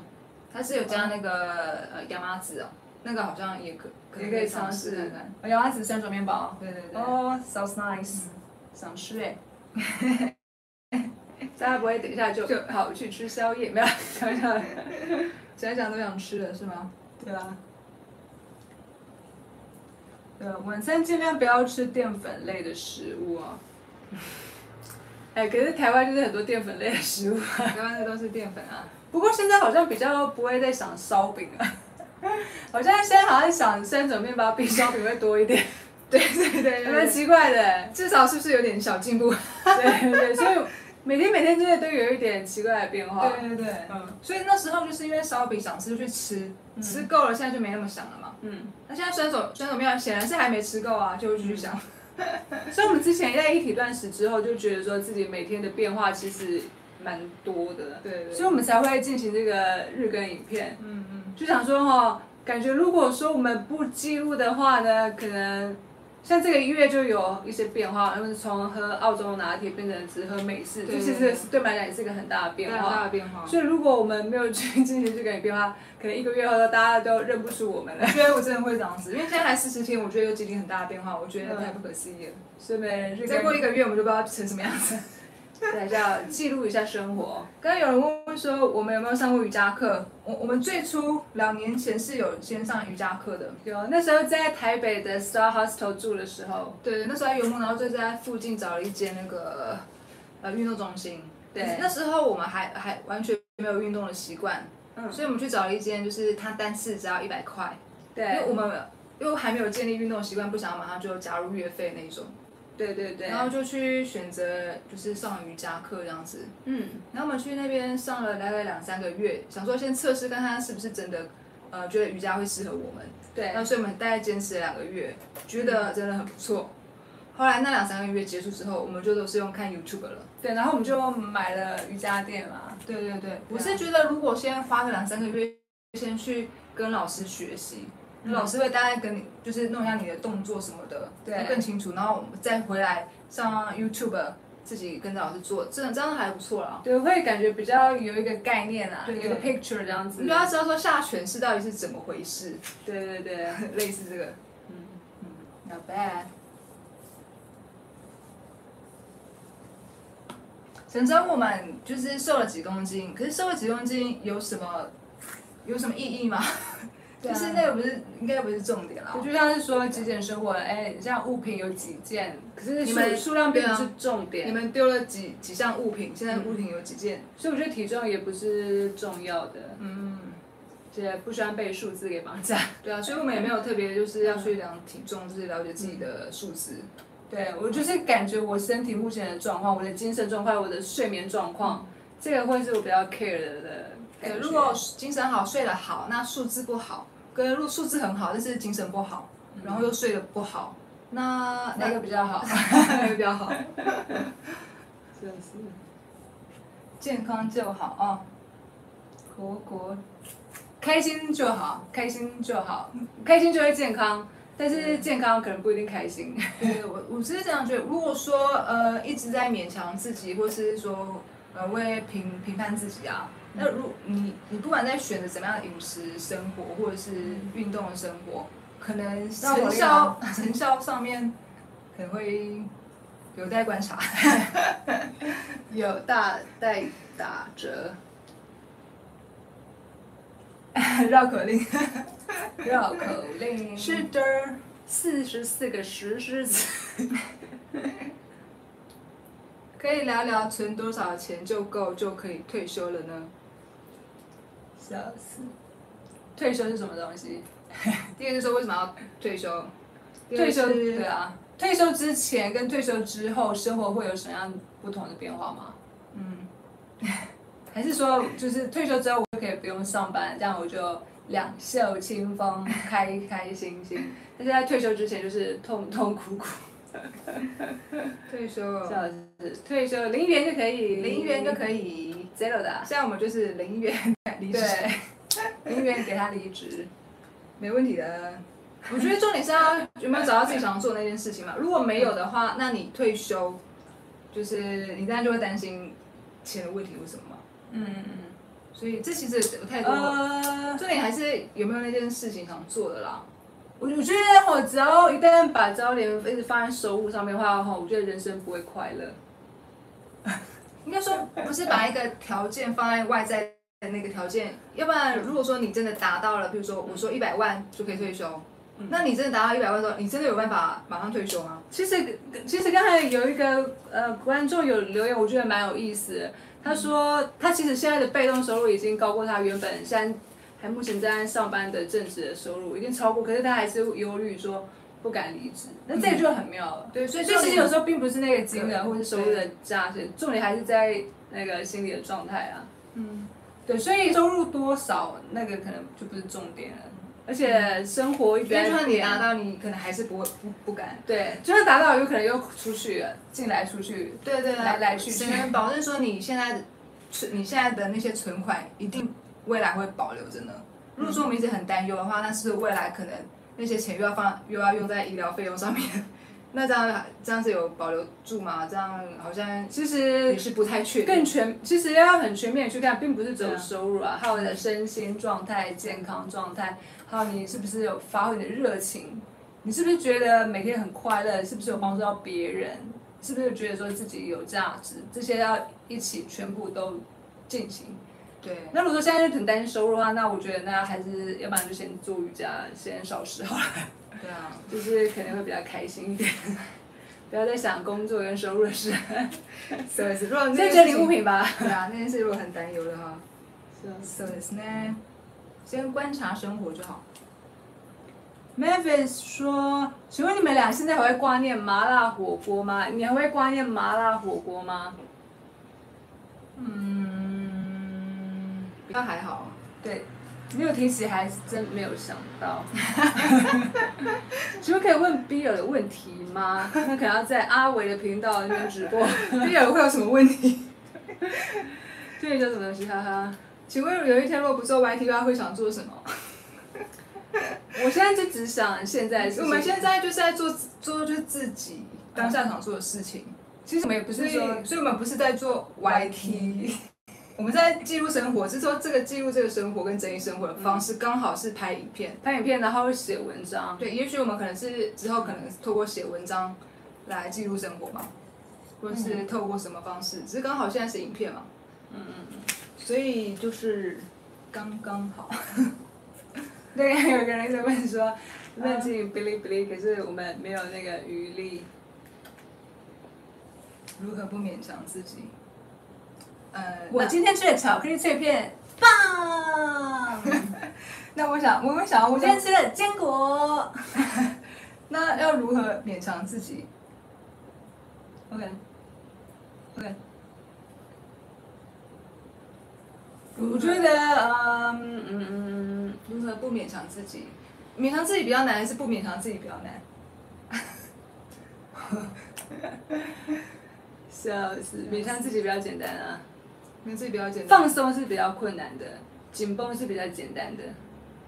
它是有加那个呃亚麻籽哦，那个好像也可
也可以尝试看看。哦，摇鸭子酸种面包。
对对对，
哦、s o u n d s nice，、想吃哎。 大家不会等一下就就跑去吃宵夜， 没有？想想，
想想都想吃了是吗？
对
啊
啦。对，晚餐尽量不要吃淀粉类的食物哦。哎，可是台湾就是很多淀粉类的食物啊。
台湾的都是淀粉 啊。
不过现在好像比较不会再想烧饼了， 我现在现在好像想三种面包比烧饼会多一点，
对对 对
有没有
对，
奇怪 的？
至少是不是有点小进步？
对对对，所以每天每天真的都有一点奇怪的变化。
对对
嗯
所以那时候就是因为烧饼想吃就去吃，吃够了现在就没那么想了嘛。
嗯，
那现在酸手酸手面显然是还没吃够啊，就会继续想。
所以我们之前在一体断食之后，就觉得说自己每天的变化其实蛮多的，
对对
所以我们才会进行这个日更影片，
嗯嗯，
就想说哦，感觉如果说我们不记录的话呢，可能。像这个月就有一些变化，他们从喝澳洲拿铁变成只喝美式，
对
这其实对我们来讲也是一个很大的变
变
化
化。啊变化。
所以如果我们没有去进行这个变化，可能一个月后大家都认不出我们了
我。觉得我真的会这样子，因为现在才四十天，我觉得有几天很大的变化，我觉得太不可思议了。
顺便日
再过一嗯
个，
个月，我们就不知道成什么样子。
大家记录一下生活。
刚刚有人问问说，我们有没有上过瑜伽课？我我们最初两年前是有先上瑜伽课的，
有那时候在台北的 Star Hostel 住的时候，
对，那时候在游牧，然后就在附近找了一间那个呃运动中心。
对
那时候我们还还完全没有运动的习惯，
嗯
所以我们去找了一间，就是它单次只要一百块，因为
对
我们又还没有建立运动习惯，不想马上就加入月费那一种，
对对对，
然后就去选择就是上瑜伽课这样子。
嗯，
然后我们去那边上了大概两三个月，想说先测试看看是不是真的，呃，觉得瑜伽会适合我们。
对
那所以我们大概坚持了两个月，觉得真的很不错。后来那两三个月结束之后，我们就都是用看 YouTube 了。
对，然后我们就买了瑜伽垫嘛，啊
对对对，我是觉得如果先花个两三个月，先去跟老师学习，
嗯
老师会大概跟你就是弄一下你的动作什么的，
对
会更清楚。然后我们再回来上 YouTube 自己跟着老师做，这这样还不错啦。
对，会感觉比较有一个概念啊，有
对
一
对啊
个 picture 这样子
你就。要知道说下犬式到底是怎么回事，
对对嗯对
类似这个。
，Not bad。
神针我们就是瘦了几公斤，可是瘦了几公斤有什么有什么意义吗？
对啊
就是那个不是应该不是重点啦
我。就像是说极简生活，哎，像物品有几件，可是
你
数
们
数量并不
对
是嗯
啊
重
你
点，
们丢了几几项物品，现在物品有几件？
所以我觉得体重也不是重要的，
嗯，
也不喜欢被数字给绑架。
对啊，所以我们也没有特别就是要去量体重，就是了解自己
嗯
的数值。
对我就是感觉我身体目前的状况，我的精神状况，我的睡眠状况，这个会是我比较 care 的感觉。
嗯对，如果精神好、睡得好，那数字不好；跟如果数字很好，但是精神不好，
嗯
然后又睡得不好，那
哪
那
个比较好？
哪个比较好？
真是
健康就好哦。
国国，开心就好，开心就好，开心就会健康，但是健康可能不一定开心。
对，我我是这样觉得。如果说呃一直在勉强自己，或是说呃为评评判自己啊，那如你你不管在选择怎么样的饮食生活，或者是运动的生活，可能
那我
成效成效上面可能会有待观察。
有大待打折，
绕口令
绕口令
是的，
四十四个十是
可以聊聊存多少钱就够就可以退休了呢？
笑死。退休是什么东西？
第一个就是说为什么要退休？第二
退
个
休
是
对啊，退休之前跟退休之后生活会有什么样不同的变化吗？
嗯，
还是说就是退休之后我就可以不用上班，这样我就两袖清风，开开心心。但是在退休之前就是痛痛苦苦，
退休了
笑死。退休零元就可以，
零元就可以。
以，zero 的啊、
现在我们就是零元 离职，
对，零元给他离职。
没问题的。我觉得重点是要有没有找到自己想要做的那件事 情嘛。如果没有的话，那你退休，就是你当然就会担心钱的问题，为什么嘛？
嗯嗯嗯。
所以这其实有太多。
呃，
重点还是有没有那件事情想做的啦。
我我觉得我只要一旦把焦点一直放在收入上面的话，的话我觉得人生不会快乐。
应该说不是把一个条件放在外在的那个条件，要不然如果说你真的达到了，比如说我说一百万就可以退休，
嗯
那你真的达到一百万的时候，你真的有办法马上退休吗？
其实，其实刚才有一个呃观众有留言，我觉得蛮有意思的。他说
嗯
他其实现在的被动收入已经高过他原本现在还目前在上班的正职的收入，已经超过，可是他还是忧虑说不敢离职。那这个就很妙了。
嗯对，所以
所以
就
其实有时候并不是那个金额
对
或者收入的价值，重点还是在那个心理的状态啊。
嗯，
对，所以收入多少那个可能就不是重点了，而且生活一
嗯因为
边
就算你达到，你可能还是不会不不敢。
对，就算达到，有可能又出去了，进来出去，
对对对，
来来去去
谁能保证说你现在的存你现在的那些存款一定未来会保留着呢？如果说我们一直很担忧的话，那是不是未来可能那些钱又要放又要用在医疗费用上面？ 那这样这样子有保留住吗？这样好像
其
也
实
是不太确
更
定。
全，其实要很全面地去看，并不是只
对
有
啊
收入啊，还有你的身心状态、健康状态，还有你是不是有发挥你的热情，你是不是觉得每天很快乐，是不是有帮助到别人，是不是觉得说自己有价值，这些要一起全部都进行。
对，
那如果说现在就很担心收入的话，那我觉得那还是要不然就先做瑜伽，先少食好了，
对啊，
就是可能会比较开心一点， 不要再想工作跟收入的事，
所以如果那
先
件事
整理物
情，
品吧。
对啊，那件事如果很担忧的话，所以ですね，先观察生活就好。
Mavis 说：“请问你们俩现在还会挂念麻辣火锅吗？你还会挂念麻辣火锅吗
嗯，比较还 好。？”
对，没有提起，还真没有想到。 请问可以问 B 友的问题吗？那可能要在阿维的频道那边直播。
B 友会有什么问题？
对，叫什么东西？哈哈。
请问有一天如果不做 YTY 会想做什么？
我现在就只想现在的事情。
我们现在就是在做做就是自己当下想做的事情，
其实我们也不
所
是
以
说
所以我们不是在做 YT，我 们在记录生活，是说这个记录这个生活跟整理生活的方式刚好是拍影片。
拍影片，然后写文章。
对，也许我们可能是之后可能透过写文章来记录生活吧，或者是透过什么方式，只是刚好现在是影片嘛，
嗯嗯。
所以就是刚刚好。
对， 有个人在问说，问进哔哩哔哩，可是我们没有那个余力。
如何不勉强自己？呃，
我
那
今天吃的巧克力脆片， 棒！
那我想，我们想要
我
问
今，天吃的坚果。
那要如何勉强自己？
OK。OK。我觉得，嗯嗯嗯，
如何不勉强自己？勉强自己比较难，还是不勉强自己比较难？
笑死，啊勉强自己比较简单啊。
勉强自己比较简单。
放松是比较困难的，紧绷是比较简单的，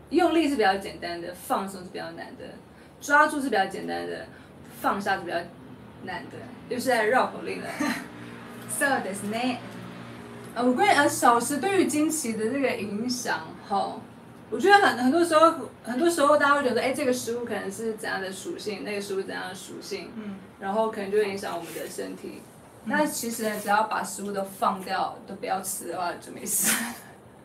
用力是比较简单的，放松是比较难的，抓住是比较简单的，放下是比较难的，又是在绕口令了。
So this n
呃， 我关于呃小时对于经期的这个影响哈，我觉得很很多时候很多时候大家会觉得，哎，这个食物可能是怎样的属性，那个食物怎样的属性，
嗯，
然后可能就会影响我们的身体。那其实呢，只要把食物都放掉，都不要吃的话，就没事。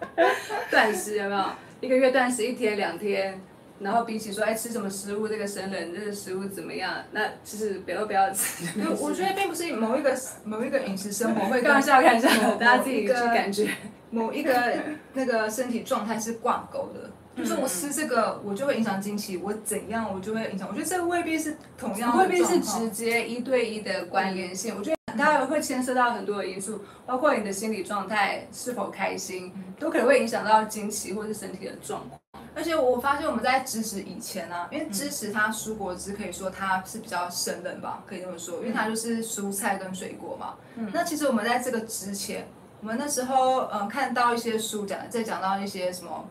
断食有没有？一个月断食一天两天，然后比起说哎吃什么食物，这个生冷，这个食物怎么样，那其实不要不要吃。
对，我觉得并不是某一个某一个饮食生活会
开玩
跟
笑，开玩笑
某，
大家自己去
某一个
感觉。
某一个 那个身体状态是挂钩的。就是我吃这个，我就会影响经期；我怎样，我就会影响。我觉得这未必是同样的
未必是
状
直
况
接一对一的关联性，我觉得它会牵涉到很多的因素，包括你的心理状态是否开心，
嗯
都可能会影响到经期或是身体的状况。
而且我发现我们在支持以前呢、啊，
嗯
因为支持它蔬果汁可以说它是比较生冷吧，可以这么说，因为它就是蔬菜跟水果嘛。
嗯
那其实我们在这个之前，我们那时候嗯、呃看到一些书讲在讲到一些什么。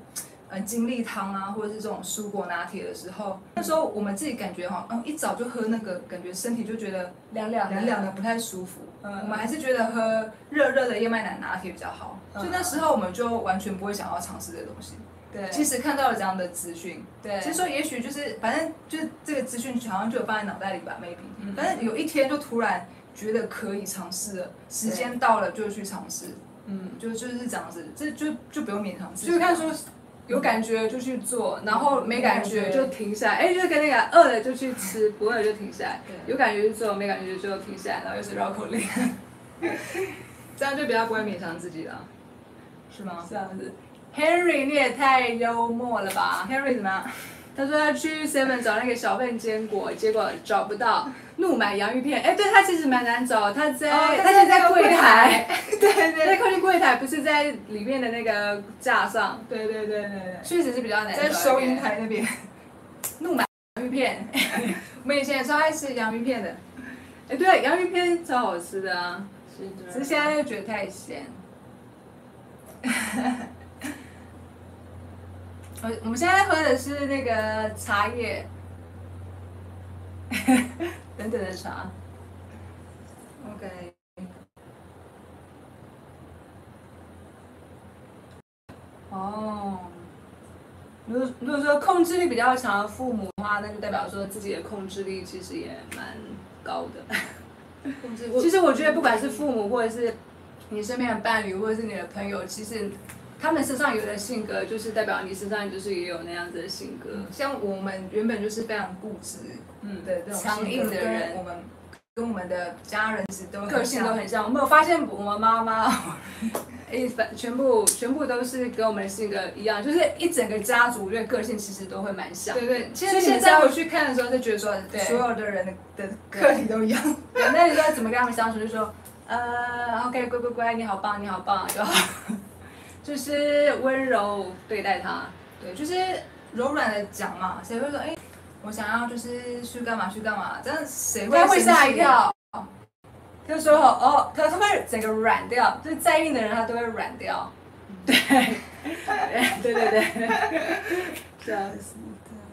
呃，精力汤啊，或者是这种蔬果拿铁的时候，那时候我们自己感觉哈，嗯，一早就喝那个，感觉身体就觉得
凉凉
凉凉的，不太舒服。
嗯
我们还是觉得喝热热的燕麦奶拿铁比较好。
嗯
就那时候我们就完全不会想要尝试这个东西。
对，
即使看到了这样的资讯，
对，
其实说也许就是反正就是这个资讯好像就有放在脑袋里吧，maybe，、
嗯
反正有一天就突然觉得可以尝试了，时间到了就去尝试，
嗯，
就就是这样子，这就就不用勉强自己，
就是看说有感觉就去做，然后没感觉
没感觉
就停下来，哎，就是跟那个饿了就去吃，不饿了就停下来，
对
有感觉就做，没感觉就停下来，然后又是绕口 令，
这样就比较不会勉强自己了，是吗
这样子。Henry，你也太幽默了吧！
？Harry 怎么样？
他说他去 Seven 找那个小份坚果，结果找不到，怒买洋芋片。哎，对他其实蛮难找，他在、
哦他
他其实
在
在
那个
柜
柜
台
台，
对对，在靠近柜台，不是在里面的那个架上，
对对对对对，
确实是比较难找
在
一点。
收银台那边，
怒买洋芋片，
我们以前也超爱吃洋芋片的，
哎，对，洋芋片超好吃的啊，
是的
只是现在又觉得 太咸。我我们现在喝的是那个茶叶，等等的茶。
OK，
哦，如果如果说控制力比较强的父母的话，那就代表说自己的控制力其实也蛮高的。
控制
其实我觉得不管是父母，或者是你身边的伴侣，或者是你的朋友，其实他们身上有的性格，就是代表你身上就是也有那样子的性格。
像我们原本就是非常固执
嗯
的这种
强硬的
性格
人
跟我们跟我们的家人其实 都很
个性
像
都很像。我们有发现我们妈妈， 哎，反全部全部都是跟我们的性格一样，就是一整个家族，我觉得个性其实都会蛮像的。
对对，其实
所以你
现
们在
在回去看的时候就觉得说，
对
所有的人的的课题都一样。
对那你说怎么跟他们相处？就说，呃，OK，乖乖乖，你好棒，你好棒就好，就是温柔对待他。
对，就是柔软的讲嘛，谁会说哎，我想要就是去干嘛去干嘛？但是谁会
他会
生气
吓一？跳，就说哦，他他会整个软掉，就是再硬的人他都会软 掉。对， 对对对，这样子。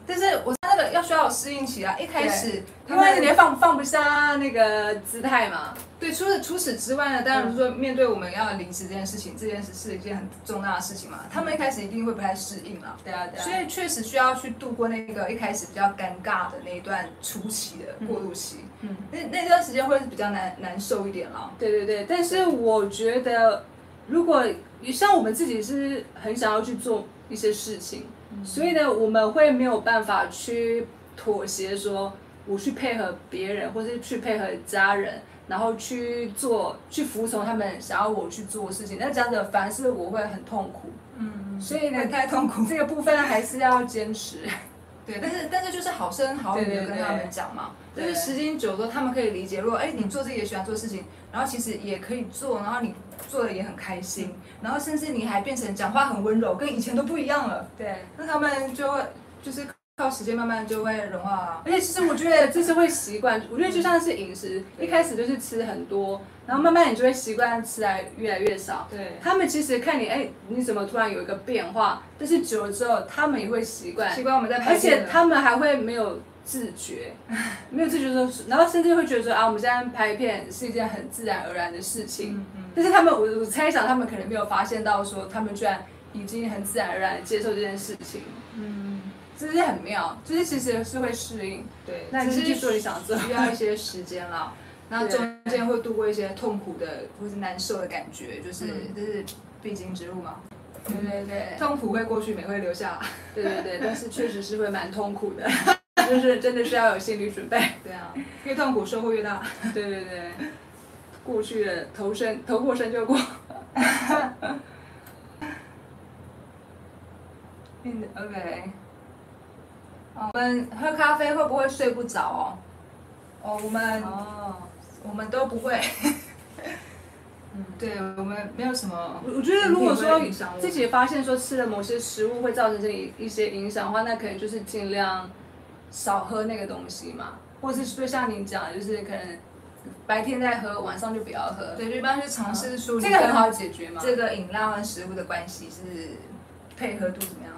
但是我那个要需要有适应期啊，一开始
因
他
为
们
你也放放不下那个姿态嘛，
对，除此除此之外呢，当然
嗯
说面对我们要离职这件事情，这件事是一件很重大的事情嘛，他们一开始一定会不太适应啦。
嗯对啊对啊，
所以确实需要去度过那个一开始比较尴尬的那一段初期的过渡期，
嗯，
那那段时间会比较难难受一点啦。
对对对，但是我觉得，如果像我们自己是很想要去做一些事情，所以呢，我们会没有办法去妥协说。我去配合别人，或是去配合家人，然后去做，去服从他们想要我去做的事情。那这样子，反而是我会很痛 苦。
嗯，
所以呢
会，太痛苦。
这个部分还是要坚 持。
对，但是但是就是好声好语
对
的
对
跟
对
他们讲嘛，
对
就是时间久了之后，他们可以理解。如果哎你做自己也喜欢做的事情，然后其实也可以做，然后你做的也很开心，然后甚至你还变成讲话很温柔，跟以前都不一样了。
对，
那他们就会就是靠时间慢慢就会融化啊。
而且其实我觉得这是会习惯，我觉得就像是饮食，一开始就是吃很多，然后慢慢你就会习惯吃来越来越少。
对，
他们其实看你，哎，你怎么突然有一个变化？但是久了之后，他们也会习惯，
习惯我们在排
而
便
且
了
他们还会没有自觉，没有自觉的时候，然后甚至会觉得说啊，我们现在拍片是一件很自然而然的事情。
嗯嗯，
但是他们，我我猜想他们可能没有发现到说，他们居然已经很自然而然的接受这件事情，
嗯，
这是很妙，就是其实是会适应，
对，
那你
只
是去
是
做你想做。
需要一些时间啦。那中间会度过一些痛苦的或是难受的感觉，就是
嗯
这是必经之路嘛。
对对对
痛苦会过去，美会留下。
对对对，但是确实是会蛮痛苦 的，就是真的是要有心理准备。
对啊，越痛苦收获越大。
对对对，过去的头身头过身 就过。嗯，OK。
哦我们喝咖啡会不会睡不着哦？哦，我们
哦，
我们都不会。嗯， 对我们没有什么。
我我觉得如果说
你会影响我
自己发现说吃了某些食物会造成这里一些影响的话，那可能就是尽量少喝那个东西嘛，或者是就像你讲的，就是可能白天再喝，晚上就不要喝。
对，就一般去尝试说
这个很好解决嘛。
这个饮料和食物的关系是配合度怎么样？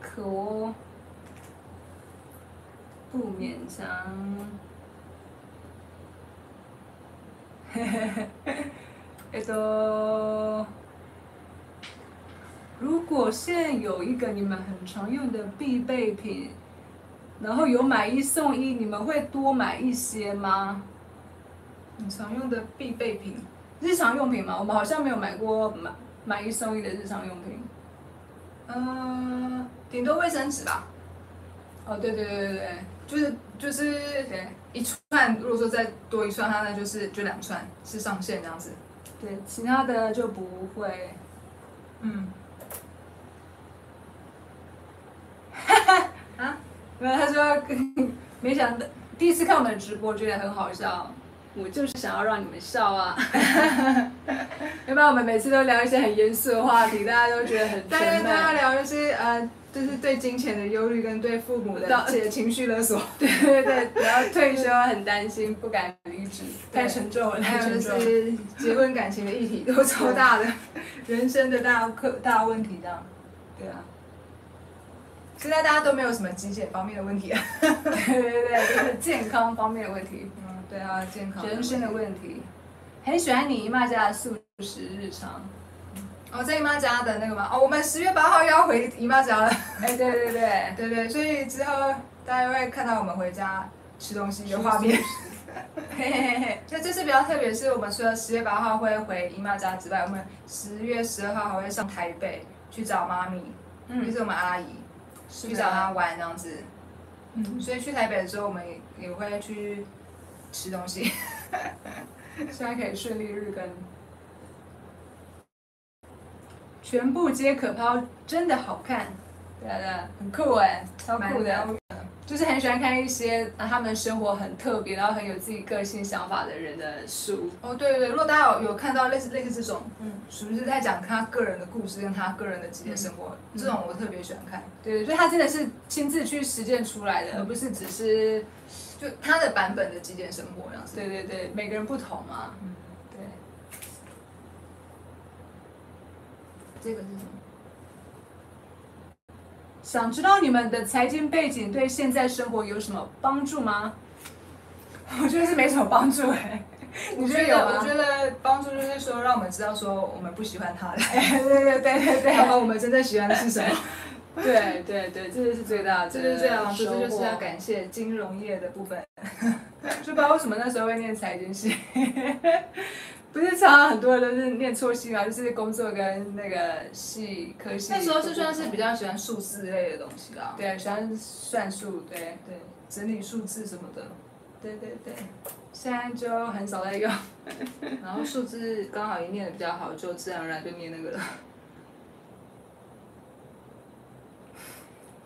可哦，不勉 强。えっと，如果现有一个你们很常用的必备品，然后有买一送一，你们会多买一些吗？
你常用的必备品，
日常用品嘛，我们好像没有买过买买一送一的日常用品。
嗯、顶多卫生纸吧，
哦，对对对对对
就是就是
对
一串，如果说再多一串，它那就是就两串是上限这样子。
对，其他的就不会。
嗯，
没有，他说没想到第一次看我们的直播，觉得很好笑。我就是想要让你们 笑啊，要不然我们每次都聊一些很严肃的话题，大家都觉得很
大家
沉
大家
闷。
聊就是呃，就是对金钱的忧虑跟对父母的
到
解情绪勒索，
对对对，然后退休很担心，不敢离职，太沉重了，
还
太
有
沉
就
重了。
是 结婚感情的议题都超大的， 人生的大课大问题这样。
对啊，
现在大家都没有什么极简方面的问题啊。
对对对，就是健康方面的问题，
嗯，对啊，健康
人生的问题。很喜欢你姨妈家的素食日常。
哦，在姨妈家的那个嘛，哦，我们十月八号又要回姨妈家了，
哎，对对对，
对对，所以之后大家会看到我们回家吃东西的画面。
嘿嘿嘿。
那这次比较特别，是我们除了十月八号会回姨妈家之外，我们十月十二号还会上台北去找妈咪，就
嗯，
是我们阿姨，
是
去找她玩这样子。
嗯，
所以去台北的时候，我们也会去吃东西。
现在可以顺利日更。全部皆可抛，真的好看。对啊对啊，很酷哎，超酷
蛮
的。就是很喜欢看一些、啊、他们生活很特别，然后很有自己个性想法的人的书。
哦，对对对，如果大家有有看到类似类似这种，
嗯
嗯，属于是在讲他个人的故事跟他个人的职业生活，这种我特别喜欢看，
对，所以他真的是亲自去实践出来的，而不是只是
就他的版本的极简生活这样子。
对对对，每个人不同嘛。
嗯
对，
这个是什么？
想知道你们的财经背景对现在生活有什么帮助吗？ 我觉得是没什么帮助哎、你
我
觉
觉
得有
得
吗
我？觉得帮助就是说，让我们知道说我们不喜欢他的，
对对对对 对
然后我们真正喜欢的是什么。
对对对， 这就是最大的，
这 就是最大的帮助，这就是要
感，
感谢金融业的部分。
就不知道为什么那时候会念财经 系，不是常常很多人都是念错系嘛，就是工作跟那个系科系。
那时候是算是比较喜欢数字类的东西啦，
对，喜欢算术，对
对，整理数字什么的。
对对对，现在就很少在用。
然后数字刚好也念的比较好，就自然而然就念那个了。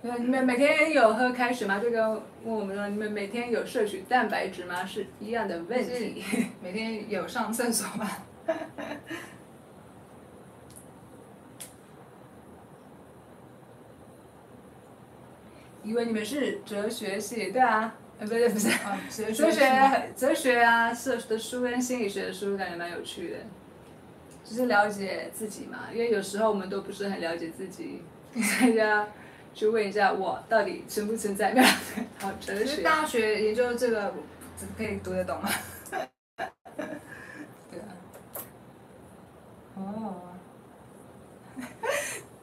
对，呃你们每天有喝开水吗？这个问我们说，你们每天有摄取蛋白质吗？是一样的问题。
每天有上厕所吗？
以为你们是哲学系，对啊，呃，不 是不是。
啊，哲
哲
学
学、哲学啊，社的书跟心理学的书感觉蛮有趣的。就是了解自己嘛，因为有时候我们都不是很了解自己， 大家去问一下我到底存不存在，好
其
哲
实
学。
大学研究这个可以读得懂吗？ 对啊。哦。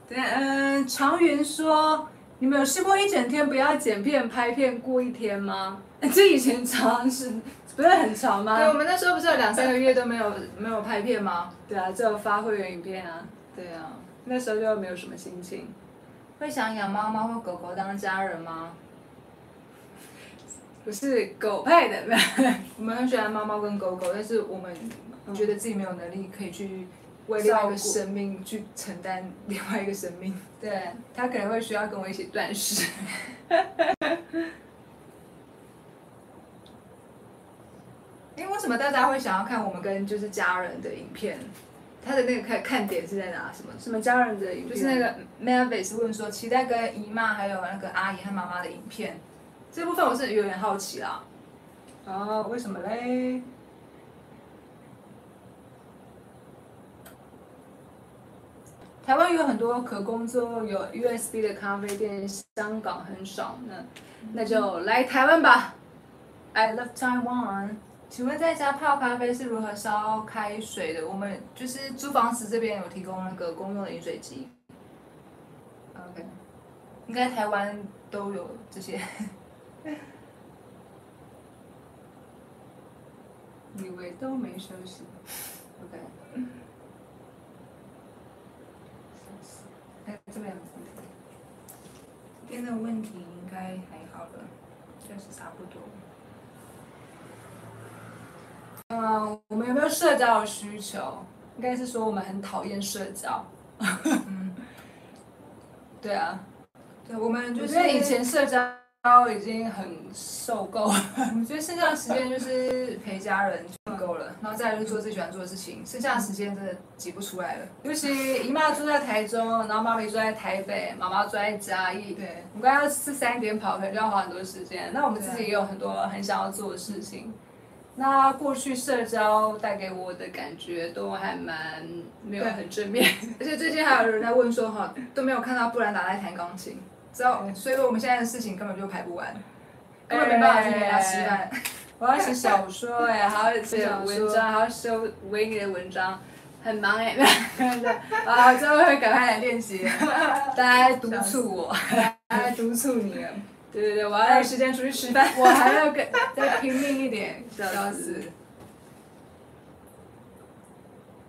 对，嗯，常云说，你们有试过一整天不要剪片拍片过一天吗？ 这以前常是不是很长
对，我
吗？
们那时候不是有两三个月都没有没有拍片吗？
对啊，只有发会员影片啊，
对啊。
那时候就没有什么心情。
会想养猫猫或狗狗当家人吗？
不是狗派的，
我们很喜欢猫猫跟狗狗，但是我们觉得自己没有能力可以去为另外一个生命去承担另外一个生命。
对他可能会需要跟我一起断食。
因为为什么大家会想要看我们跟就是家人的影片？他的那个看看点是在哪？什么？
什么家人的影
就
片？
是那个 Mavis 问说，期待跟姨妈还有那个阿姨和妈妈的影片，这部分我是有点好奇啦。
哦，为什么嘞？台湾有很多可工作有 USB 的咖啡店，香港很少呢。那就来台湾吧，I love Taiwan。
请问在家泡咖啡是如何烧开水的？我们就是租房子这边有提供那个公用的饮水机。OK，应该台湾都有这 些。
以为都没休息。
OK，哎，这边有问题。这边的问题应该还好了，就是差不多。
嗯，我们有没有社交的需求？应该是说我们很讨厌社交。
嗯，
对啊，
对，我们
我
就是
觉得以前社交已经很受够了。
我觉得剩下的时间就是陪家人就够了，然后再来就是做自己喜欢做的事情，剩下的时间真的挤不出来了。
尤其姨妈住在台中，然后妈咪住在台北，妈妈住在嘉义。
对，
我们刚刚是三点跑，可能就要花很多时间。那我们自己
对
也有很多很想要做的事情。那过去社交带给我的感觉都还蛮没有
对
很正面。
而且最近还有人在问说哈，都没有看到布兰达在弹钢琴，知道，所以我们现在的事情根本就排不完，根
哎
本没办法去陪他吃饭。
我要写小说哎、还要写
小
文
说
章，还要修维尼的文章，很忙 哎、啊，最后会赶快来练习，大家督促我。
来督促你了，
对对对，我要有时间出去吃饭。
我还要跟再拼命一点，
笑
笑
死
死。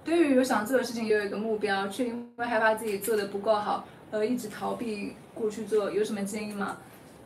对于有想做的事情，也有一个目标，却因为害怕自己做的不够好，而一直逃避过去做，有什么建议吗？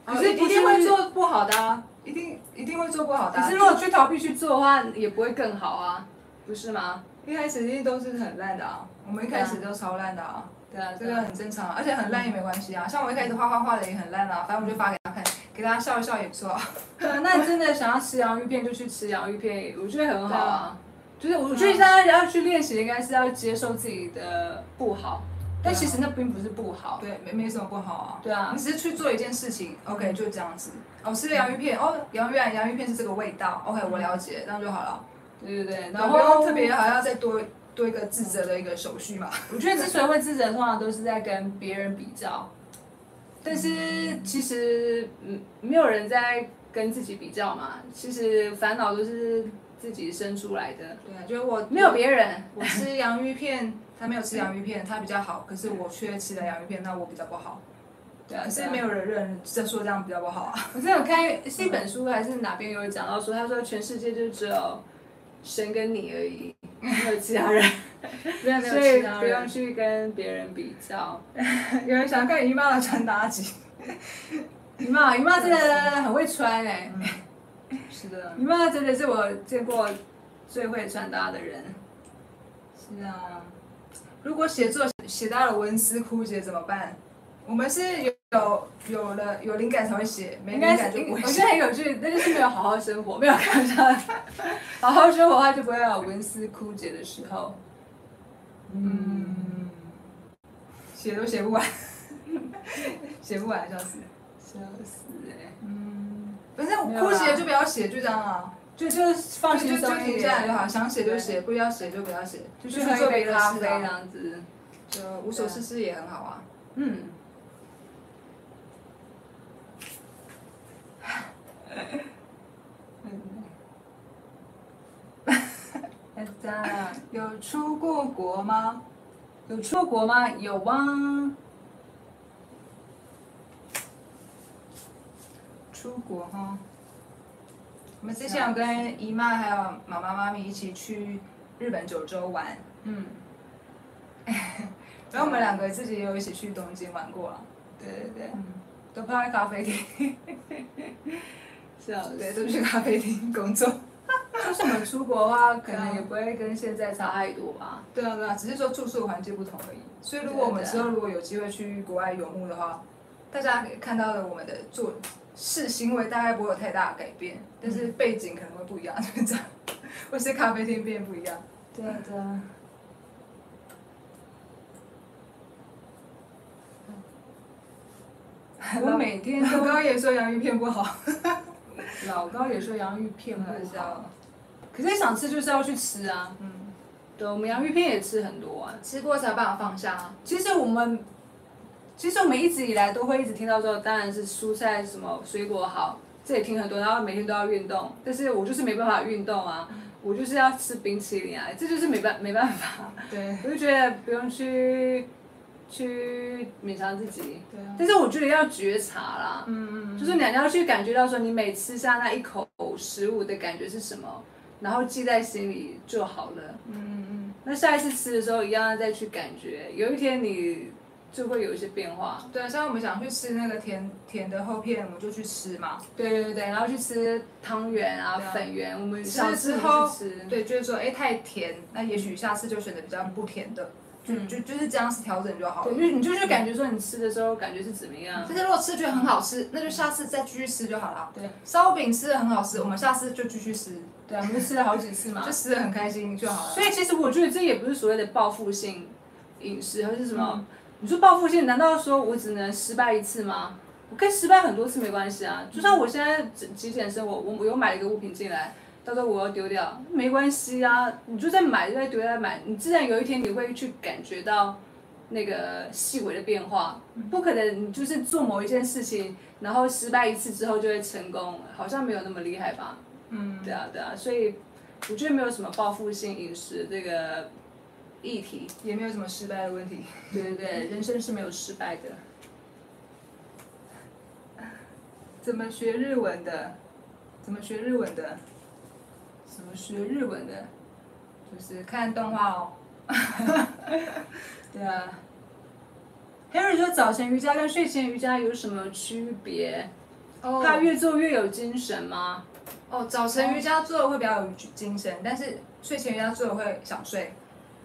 可是
哦一
一
定
定会
会
做不好的啊。
一定一定会做不好的
可
啊。
是如果去逃避去做的话，也不会更好啊，不是吗？
一开始一定都是很烂的啊，我们一开始都超烂的啊。
对啊，
这
对
个
啊。
很正常啊，而且很烂也没关系啊。像我一开始画画画的也很烂啊，反正我就发给他看，给大家笑一笑也不错啊。
那真的想要吃洋芋片就去吃洋芋片，我觉得很好啊。就是我
嗯
觉得大家要去练习，应该是要接受自己的不好，但
对啊
其实那并不是不好。
对，没没什么不好啊。嗯
对啊
你只是去做一件事情，OK，就这样子。哦，吃了洋芋片，哦，洋芋片，洋芋片是这个味道，OK，我了解，这样就好了。
对对对，
嗯然
然
后啊不
后
用特别还要再多多一个自责的一个手续嘛。
我觉得之所以会自责，通常都是在跟别人比较，但是其实嗯，没有人在跟自己比较嘛。其实烦恼都是自己生出来的，
对啊，就是我
没有别人。
我吃洋芋片，他没有吃洋芋片，他比较好，可是我却吃了洋芋片，那我比较不好。
对啊，
可
对
是
啊
没。有人认在说这样比较不好啊。
我之前有看是一本书还是哪边有讲到说，他说全世界就只有神跟你而已，没有其他人，
没有
所以不用去跟别人比较。
有人想看姨妈的穿搭集，
姨妈，姨妈真的很会穿哎、
是的，
姨妈真的是我见过最会穿搭的人。
是啊。如果写作写到了文思枯竭怎么办？我们是有有有了有灵感才会写，没
应
灵
该
感
是
就不
我
会
觉
写。
得很有趣，但就是没有好好生活，没有看上。好好生活的话，就不会有文思枯竭的时候。
嗯，写都写不 完，写不完，笑死。
笑死哎、
嗯，反正
没有啦
枯竭就不要写，就这样啊，
就就放轻
就就
松一
停下来
点，
就好，想写就写，不要写就不要写，
就
就
去
去
喝
做
一杯
别的
咖
事
啡这
啊，
样子。
就无所事事也很好啊。
嗯，那咋有出过国吗？有出过国吗？有啊，
出国哈，我们之前有跟姨妈还有妈妈妈咪一起去日本九州玩，
嗯，
然后我们两个自己也有一起去东京玩过了。啊对对对，都泡在咖啡厅，
笑死
对，都去咖啡厅工作。
就是我们 出国的话，可能也不会跟现在差太多吧。
对啊对啊，只是说住宿环境不同而已。所以如果我们之后如果有机会去国外游牧的话，大家看到的我们的做事行为大概不会有太大的改变，但是背景可能会不一样，就是这样， 或是咖啡厅变不一样。
对啊，对啊。我每天
我
都
刚刚也说洋芋片不好，
老高也说洋芋片
开玩
不好
笑，。
可是想吃就是要去吃啊。
嗯，
对，我们洋芋片也吃很多啊。
吃过才有办法放下啊。
其实我们，其实我们一直以来都会一直听到说，当然是蔬菜什么水果好，这也听很多，然后每天都要运动，但是我就是没办法运动啊，我就是要吃冰淇淋啊，这就是没办没办法，
对
我就觉得不用去去勉强自己，
对啊，
但是我觉得要觉察啦，
嗯嗯
就是你要去感觉到说你每吃下那一口食物的感觉是什么，然后记在心里就好了。
嗯嗯
那下一次吃的时候一样再去感觉，有一天你就会有一些变化。
嗯，对啊，像我们想去吃那个甜甜的厚片，我们就去吃嘛。
对对对对，然后去吃汤圆啊、
对啊
粉圆，我们
吃
小
了
时
之
候
后
吃。
对，就是说，哎，太甜，那也许下次就选择比较不甜的，就
嗯
就就是这样子调整就好
对，
了
就。是你就去感觉说你吃的时候感觉是怎么样
但。是如果吃觉得很好吃，那就下次再继续吃就好了。
对，
烧饼吃的很好吃，我们下次就继续吃，
对，啊我们就吃了好几次 嘛
就。吃的很开心就好了。
所以其实我觉得这也不是所谓的报复性饮食，还是什么？
嗯
你说报复性，难道说我只能失败一次吗？我可以失败很多次没关系啊。就像我现在极极简生活，我我又买了一个物品进来，到时候我要丢掉，没关系啊。你就再买，再丢，再买，你自然有一天你会去感觉到那个细微的变化。不可能，你就是做某一件事情，然后失败一次之后就会成功，好像没有那么厉害吧？
嗯，
对啊，对啊，所以我觉得没有什么报复性饮食这个议题。
也没有什么失败的问题。
对对对，人生是没有失败的。
怎么学日文的？怎么学日文的？
什么学日文的？
就是看动画哦。
对啊。Harry 说早晨瑜伽跟睡前瑜伽有什么区别？怕
哦，
越做越有精神吗？
哦，早晨瑜伽做的会比较有精神，但是睡前瑜伽做的会想睡，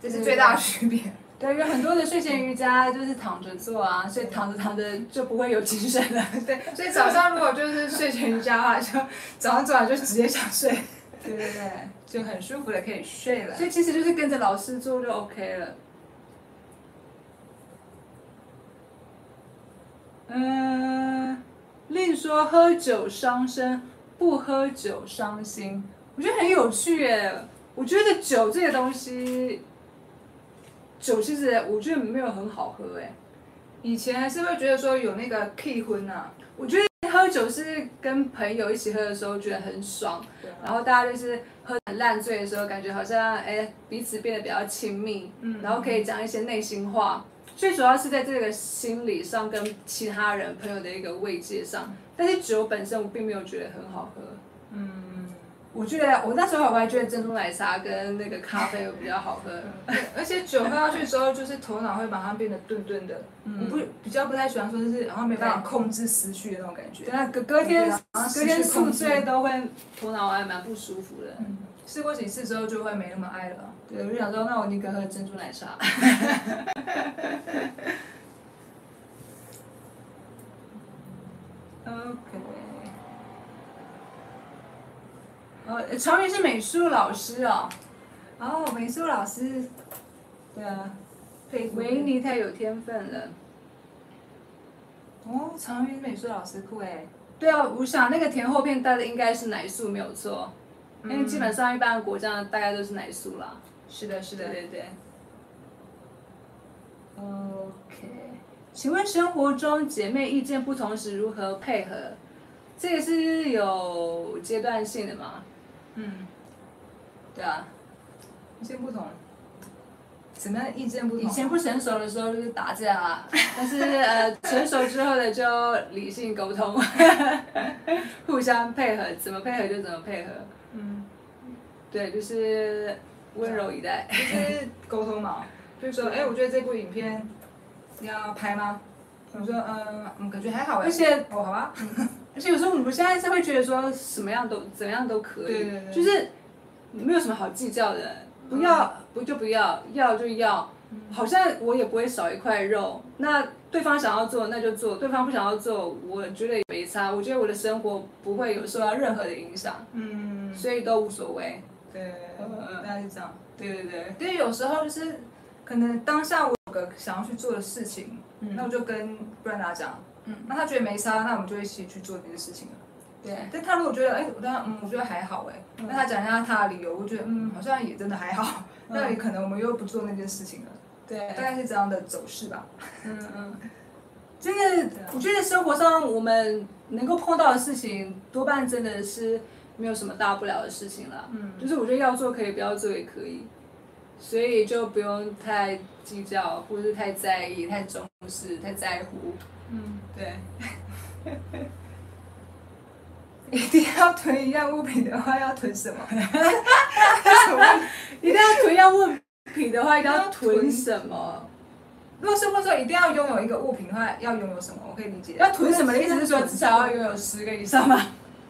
这是最大的区 别。
对，有很多的睡前瑜伽就是躺着做啊，所以躺着躺着就不会有精神了。
对，所以早上如果就是睡前瑜伽的话，就早上做完就直接想睡，
对对对，
就很舒服的可以睡了。
所以其实就是跟着老师做就 OK 了。嗯，另说喝酒伤身，不喝酒伤心，我觉得很有趣耶。我觉得酒这个东西，酒其实我觉得没有很好喝哎。
以前还是会觉得说有那个 K 婚啊，
我觉得喝酒是跟朋友一起喝的时候觉得很爽，
啊
然后大家就是喝很烂醉的时候，感觉好像哎彼此变得比较亲密，
嗯
然后可以讲一些内心话。最主要是在这个心理上跟其他人朋友的一个慰藉上，但是酒本身我并没有觉得很好喝。
嗯，
我觉得我那时候我还觉得珍珠奶茶跟那个咖啡比较好喝，
嗯而且酒喝下去之后，就是头脑会马上变得钝钝的。我不比较不太喜欢说就是然后没办法控制思绪的那种感觉
对。啊，隔隔天
然后失去
隔天宿
控制
醉都会头脑还蛮不舒服的。
试过几次之后就会没那么爱了。
对，我就想说，那我宁可喝珍珠奶茶。OK。呃，常宇是美术老师哦。
哦，美术老师
对啊，
佩服
维尼太有天分了。
哦，常云美术老师酷哎。
对啊，我想那个甜厚片带的应该是奶素没有错。因为基本上一般的果酱大概都是奶酥啦。
是的，是的
对。对对。OK，请问生活中姐妹意见不同时如何配合？这也是有阶段性的嘛？
嗯，
对啊，
意见不同，怎么样意见不同？
以前不成熟的时候就是打架 啊，但是呃成熟之后的就理性沟 通，互相配合，怎么配合就怎么配合。
嗯，
对，就是温柔以待。
就是沟通嘛，就是说，哎，我觉得这部影片你要拍吗？我说，嗯，嗯，感觉还好哎。
而且
哦，好吧，
而且有时候我们现在是会觉得说什么样都怎么样都可以，
对对对
就是没有什么好计较的，不要、不就不要，要就要，好像我也不会少一块肉。那对方想要做那就做，对方不想要做，我觉得也没差。我觉得我的生活不会有受到任何的影响，
嗯，
所以都无所谓。
对，大概是这样。
对对对，
对，有时候就是可能当下我有个想要去做的事情，那我就跟布兰达讲，
嗯
那他觉得没差，那我们就一起去做这件事情了。
对嗯
但他如果觉得，哎、我当然，嗯，我觉得还好，哎、那他讲一下他的理由，我觉得，嗯，好像也真的还好，那也可能我们又不做那件事情了，大
嗯对，
概是这样的走势吧。
嗯嗯，真的
对啊，
我觉得生活上我们能够碰到的事情，多半真的是没有什么大不了的事情了。
嗯，
就是我觉得要做可以，不要做也可以，所以就不用太计较，或是太在意、太重视、太在乎。
嗯，
对，
一定要囤一样物品的话，要囤什 么？
一定要囤要问品的话，一定要
要
囤
囤
什么？
如果是问说一定要拥有一个物品的话，要拥有什么？我可以理解。
要囤什么的意思是说，至少要拥有十个以上吧？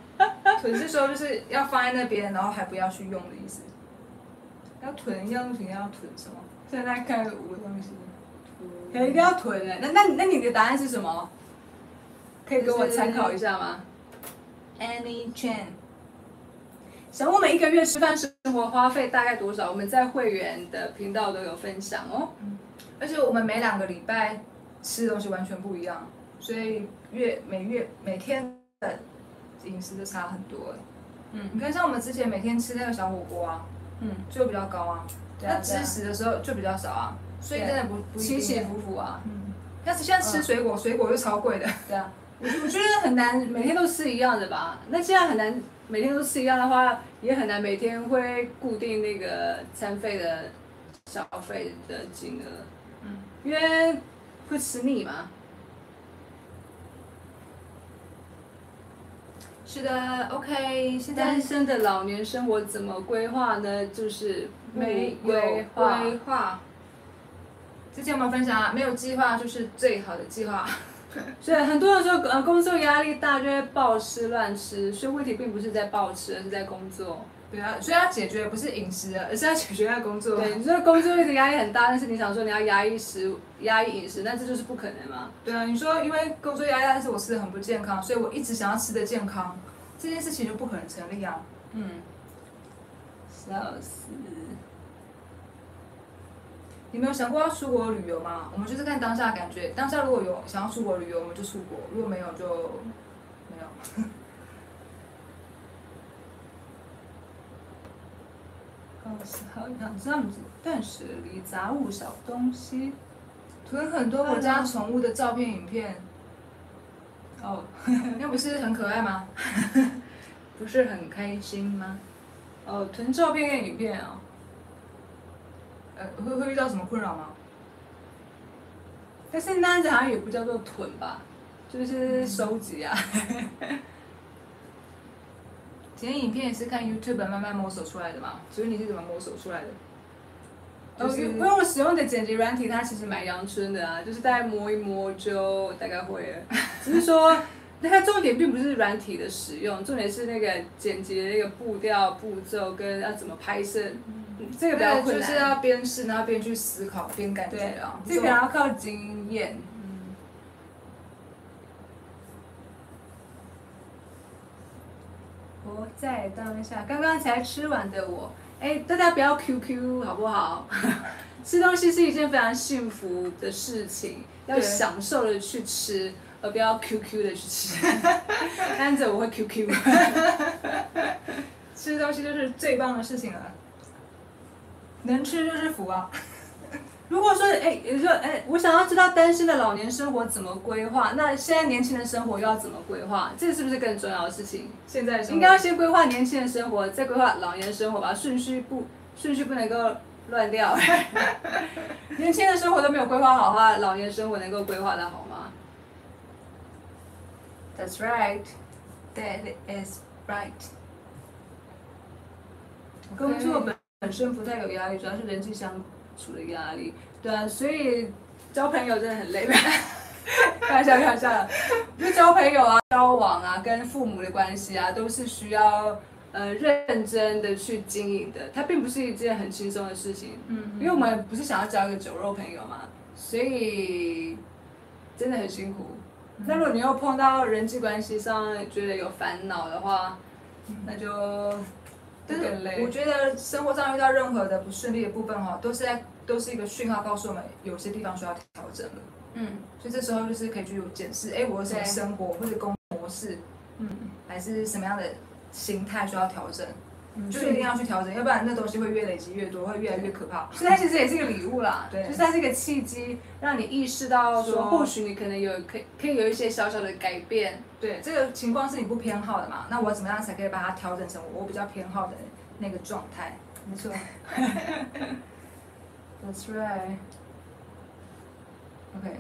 囤是说就是要放在那边，然后还不要去用的意思。要囤一样物品要囤什么？
现在看五个东西，可能一定要囤
欸
的、那那那你的答案是什么？可以给我参考一下吗？
Any Chan，
想问我们一个月吃饭生活花费大概多少？我们在会员的频道都有分享哦。
而且我们每两个礼拜吃的东西完全不一样，所以月每月每天的饮食就差很多欸。
嗯
你看，像我们之前每天吃那个小火锅啊，
嗯，
就比较高啊，
对啊
那
对啊
吃食的时候就比较少啊，所以真的不不一
起起
定欸。
伏伏啊。
嗯，但是现在吃水果，水果又超贵的。
对啊，我觉我觉得很难每天都吃一样的吧。那既然很难每天都吃一样的话，也很难每天会固定那个餐费的消费的金额。
嗯，
因为会吃腻嘛。
是的，OK，现
单身的老年生活怎么规划呢？就是没有规划。
划。之前我们分享啊，没有计划就是最好的计划。
所以很多人说，呃，工作压力大就会暴吃乱吃，所以问题并不是在暴吃，而是在工作。
对啊，所以要解决不是饮食啊，而是要解决他的工作。
对，你说工作一直压力很大，但是你想说你要压抑食、压抑饮食，那这就是不可能嘛。
对啊，你说因为工作压力大，但是我吃的很不健康，所以我一直想要吃的健康，这件事情就不可能成立啊。
嗯，笑死！
你没有想过要出国旅游吗？我们就是看当下的感觉，当下如果有想要出国旅游，我们就出国；如果没有就没有。
告诉好想知道你断舍离杂物小东西
囤很多我家宠物的照片、影片，
哦，
那不是很可爱吗？
不是很开心吗？哦，囤照片跟影片哦，
呃，会会遇到什么困扰吗？
但是那样子好像也不叫做囤吧，就是收集啊。
剪影片也是看 YouTube 慢慢摸索出来的嘛，
嗯
所以你是怎么摸索出来的？
哦，
就是
因为我使用的剪辑软体，它其实蛮阳春的啊，就是大概摸一摸就大概会 了。只是说，那它重点并不是软体的使用，重点是那个剪辑的那个步调、步骤跟要怎么拍摄，嗯这个比较
对，
困
就
难。
是要边试，然后边去思考，边感觉
对
啊嗯
啊。，这个比
就
较靠经验。活在当下，刚刚才吃完的我，哎，大家不要 QQ 好不好？ 吃东西是一件非常幸福的事情，要
对
享受的去吃，而不 要 QQ 的去吃。但是我会 QQ。吃东西就是最棒的事情了，能吃就是福啊。如果说，哎，你说，哎，我想要知道单身的老年生活怎么规划，那现在年轻人生活又要怎么规划？这是不是更重要的事情？
现在
应该要先规划年轻人生活，再规划老年生活吧，顺序不顺序不能够乱掉。 年轻人生活都没有规划好的话，老年生活能够规划的好吗
That's right. That is right.
工作本本身不太有压力，主要是人际相处的压力。对啊，所以交朋友真的很累。 开玩笑，开玩笑的，就交朋友啊、交往啊、跟父母的关系啊，都是需要呃认真的去经营的。它并不是一件很轻松的事情，
嗯
因为我们不是想要交一个酒肉朋友嘛，所以真的很辛苦。
嗯
那如果你又碰到人际关系上觉得有烦恼的话，那就
嗯但
更累
是我觉得生活上遇到任何的不顺利的部分哈，都是在都是一个讯号，告诉我们有些地方需要调整了。
嗯
所以这时候就是可以去检视，哎，我有什么
对
生活或者工作模式，
嗯，
还是什么样的心态需要调整，
嗯
就是一定要去调整，要不然那东西会越累积越多，会越来越可怕。
所以它其实也是一个礼物啦，
对
就是它是一个契机，让你意识到
说
说，或许你可能有可以可以有一些小小的改变，
对，这个情况是你不偏好的嘛？那我怎么样才可以把它调整成我比较偏好的那个状态？
没错，
That's right. OK，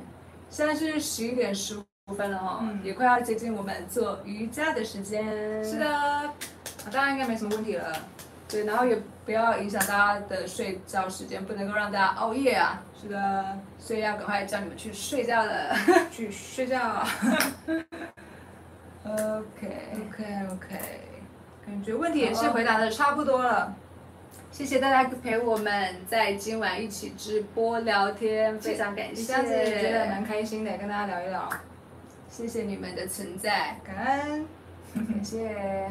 现在是十一点十五分了哈、
嗯
也快要接近我们做瑜伽的时间，
是的，，啊大家应该没什么问题了。
对，然后也不要影响大家的睡觉时间，不能够让大家熬夜啊，
是的，
所以要赶快叫你们去睡 觉了。
去睡觉。OK，呃啊
OK OK，
感觉问题也是回答的差不多了。
谢谢大家陪我们在今晚一起直播聊天，非常感谢，
这样子觉得蛮开心的，跟大家聊一聊，
谢谢你们的存在。
感恩。
感谢。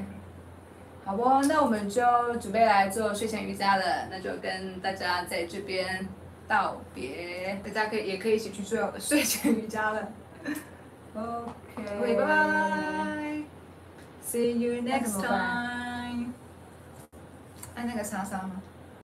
好不，哦那我们就准备来做睡前瑜伽了，那就跟大家在这边道别，
大家可以也可以一起去做睡前瑜伽了。
OK，
OK，拜拜。
，See you
那
next
怎么
time。
按那个莎莎吗？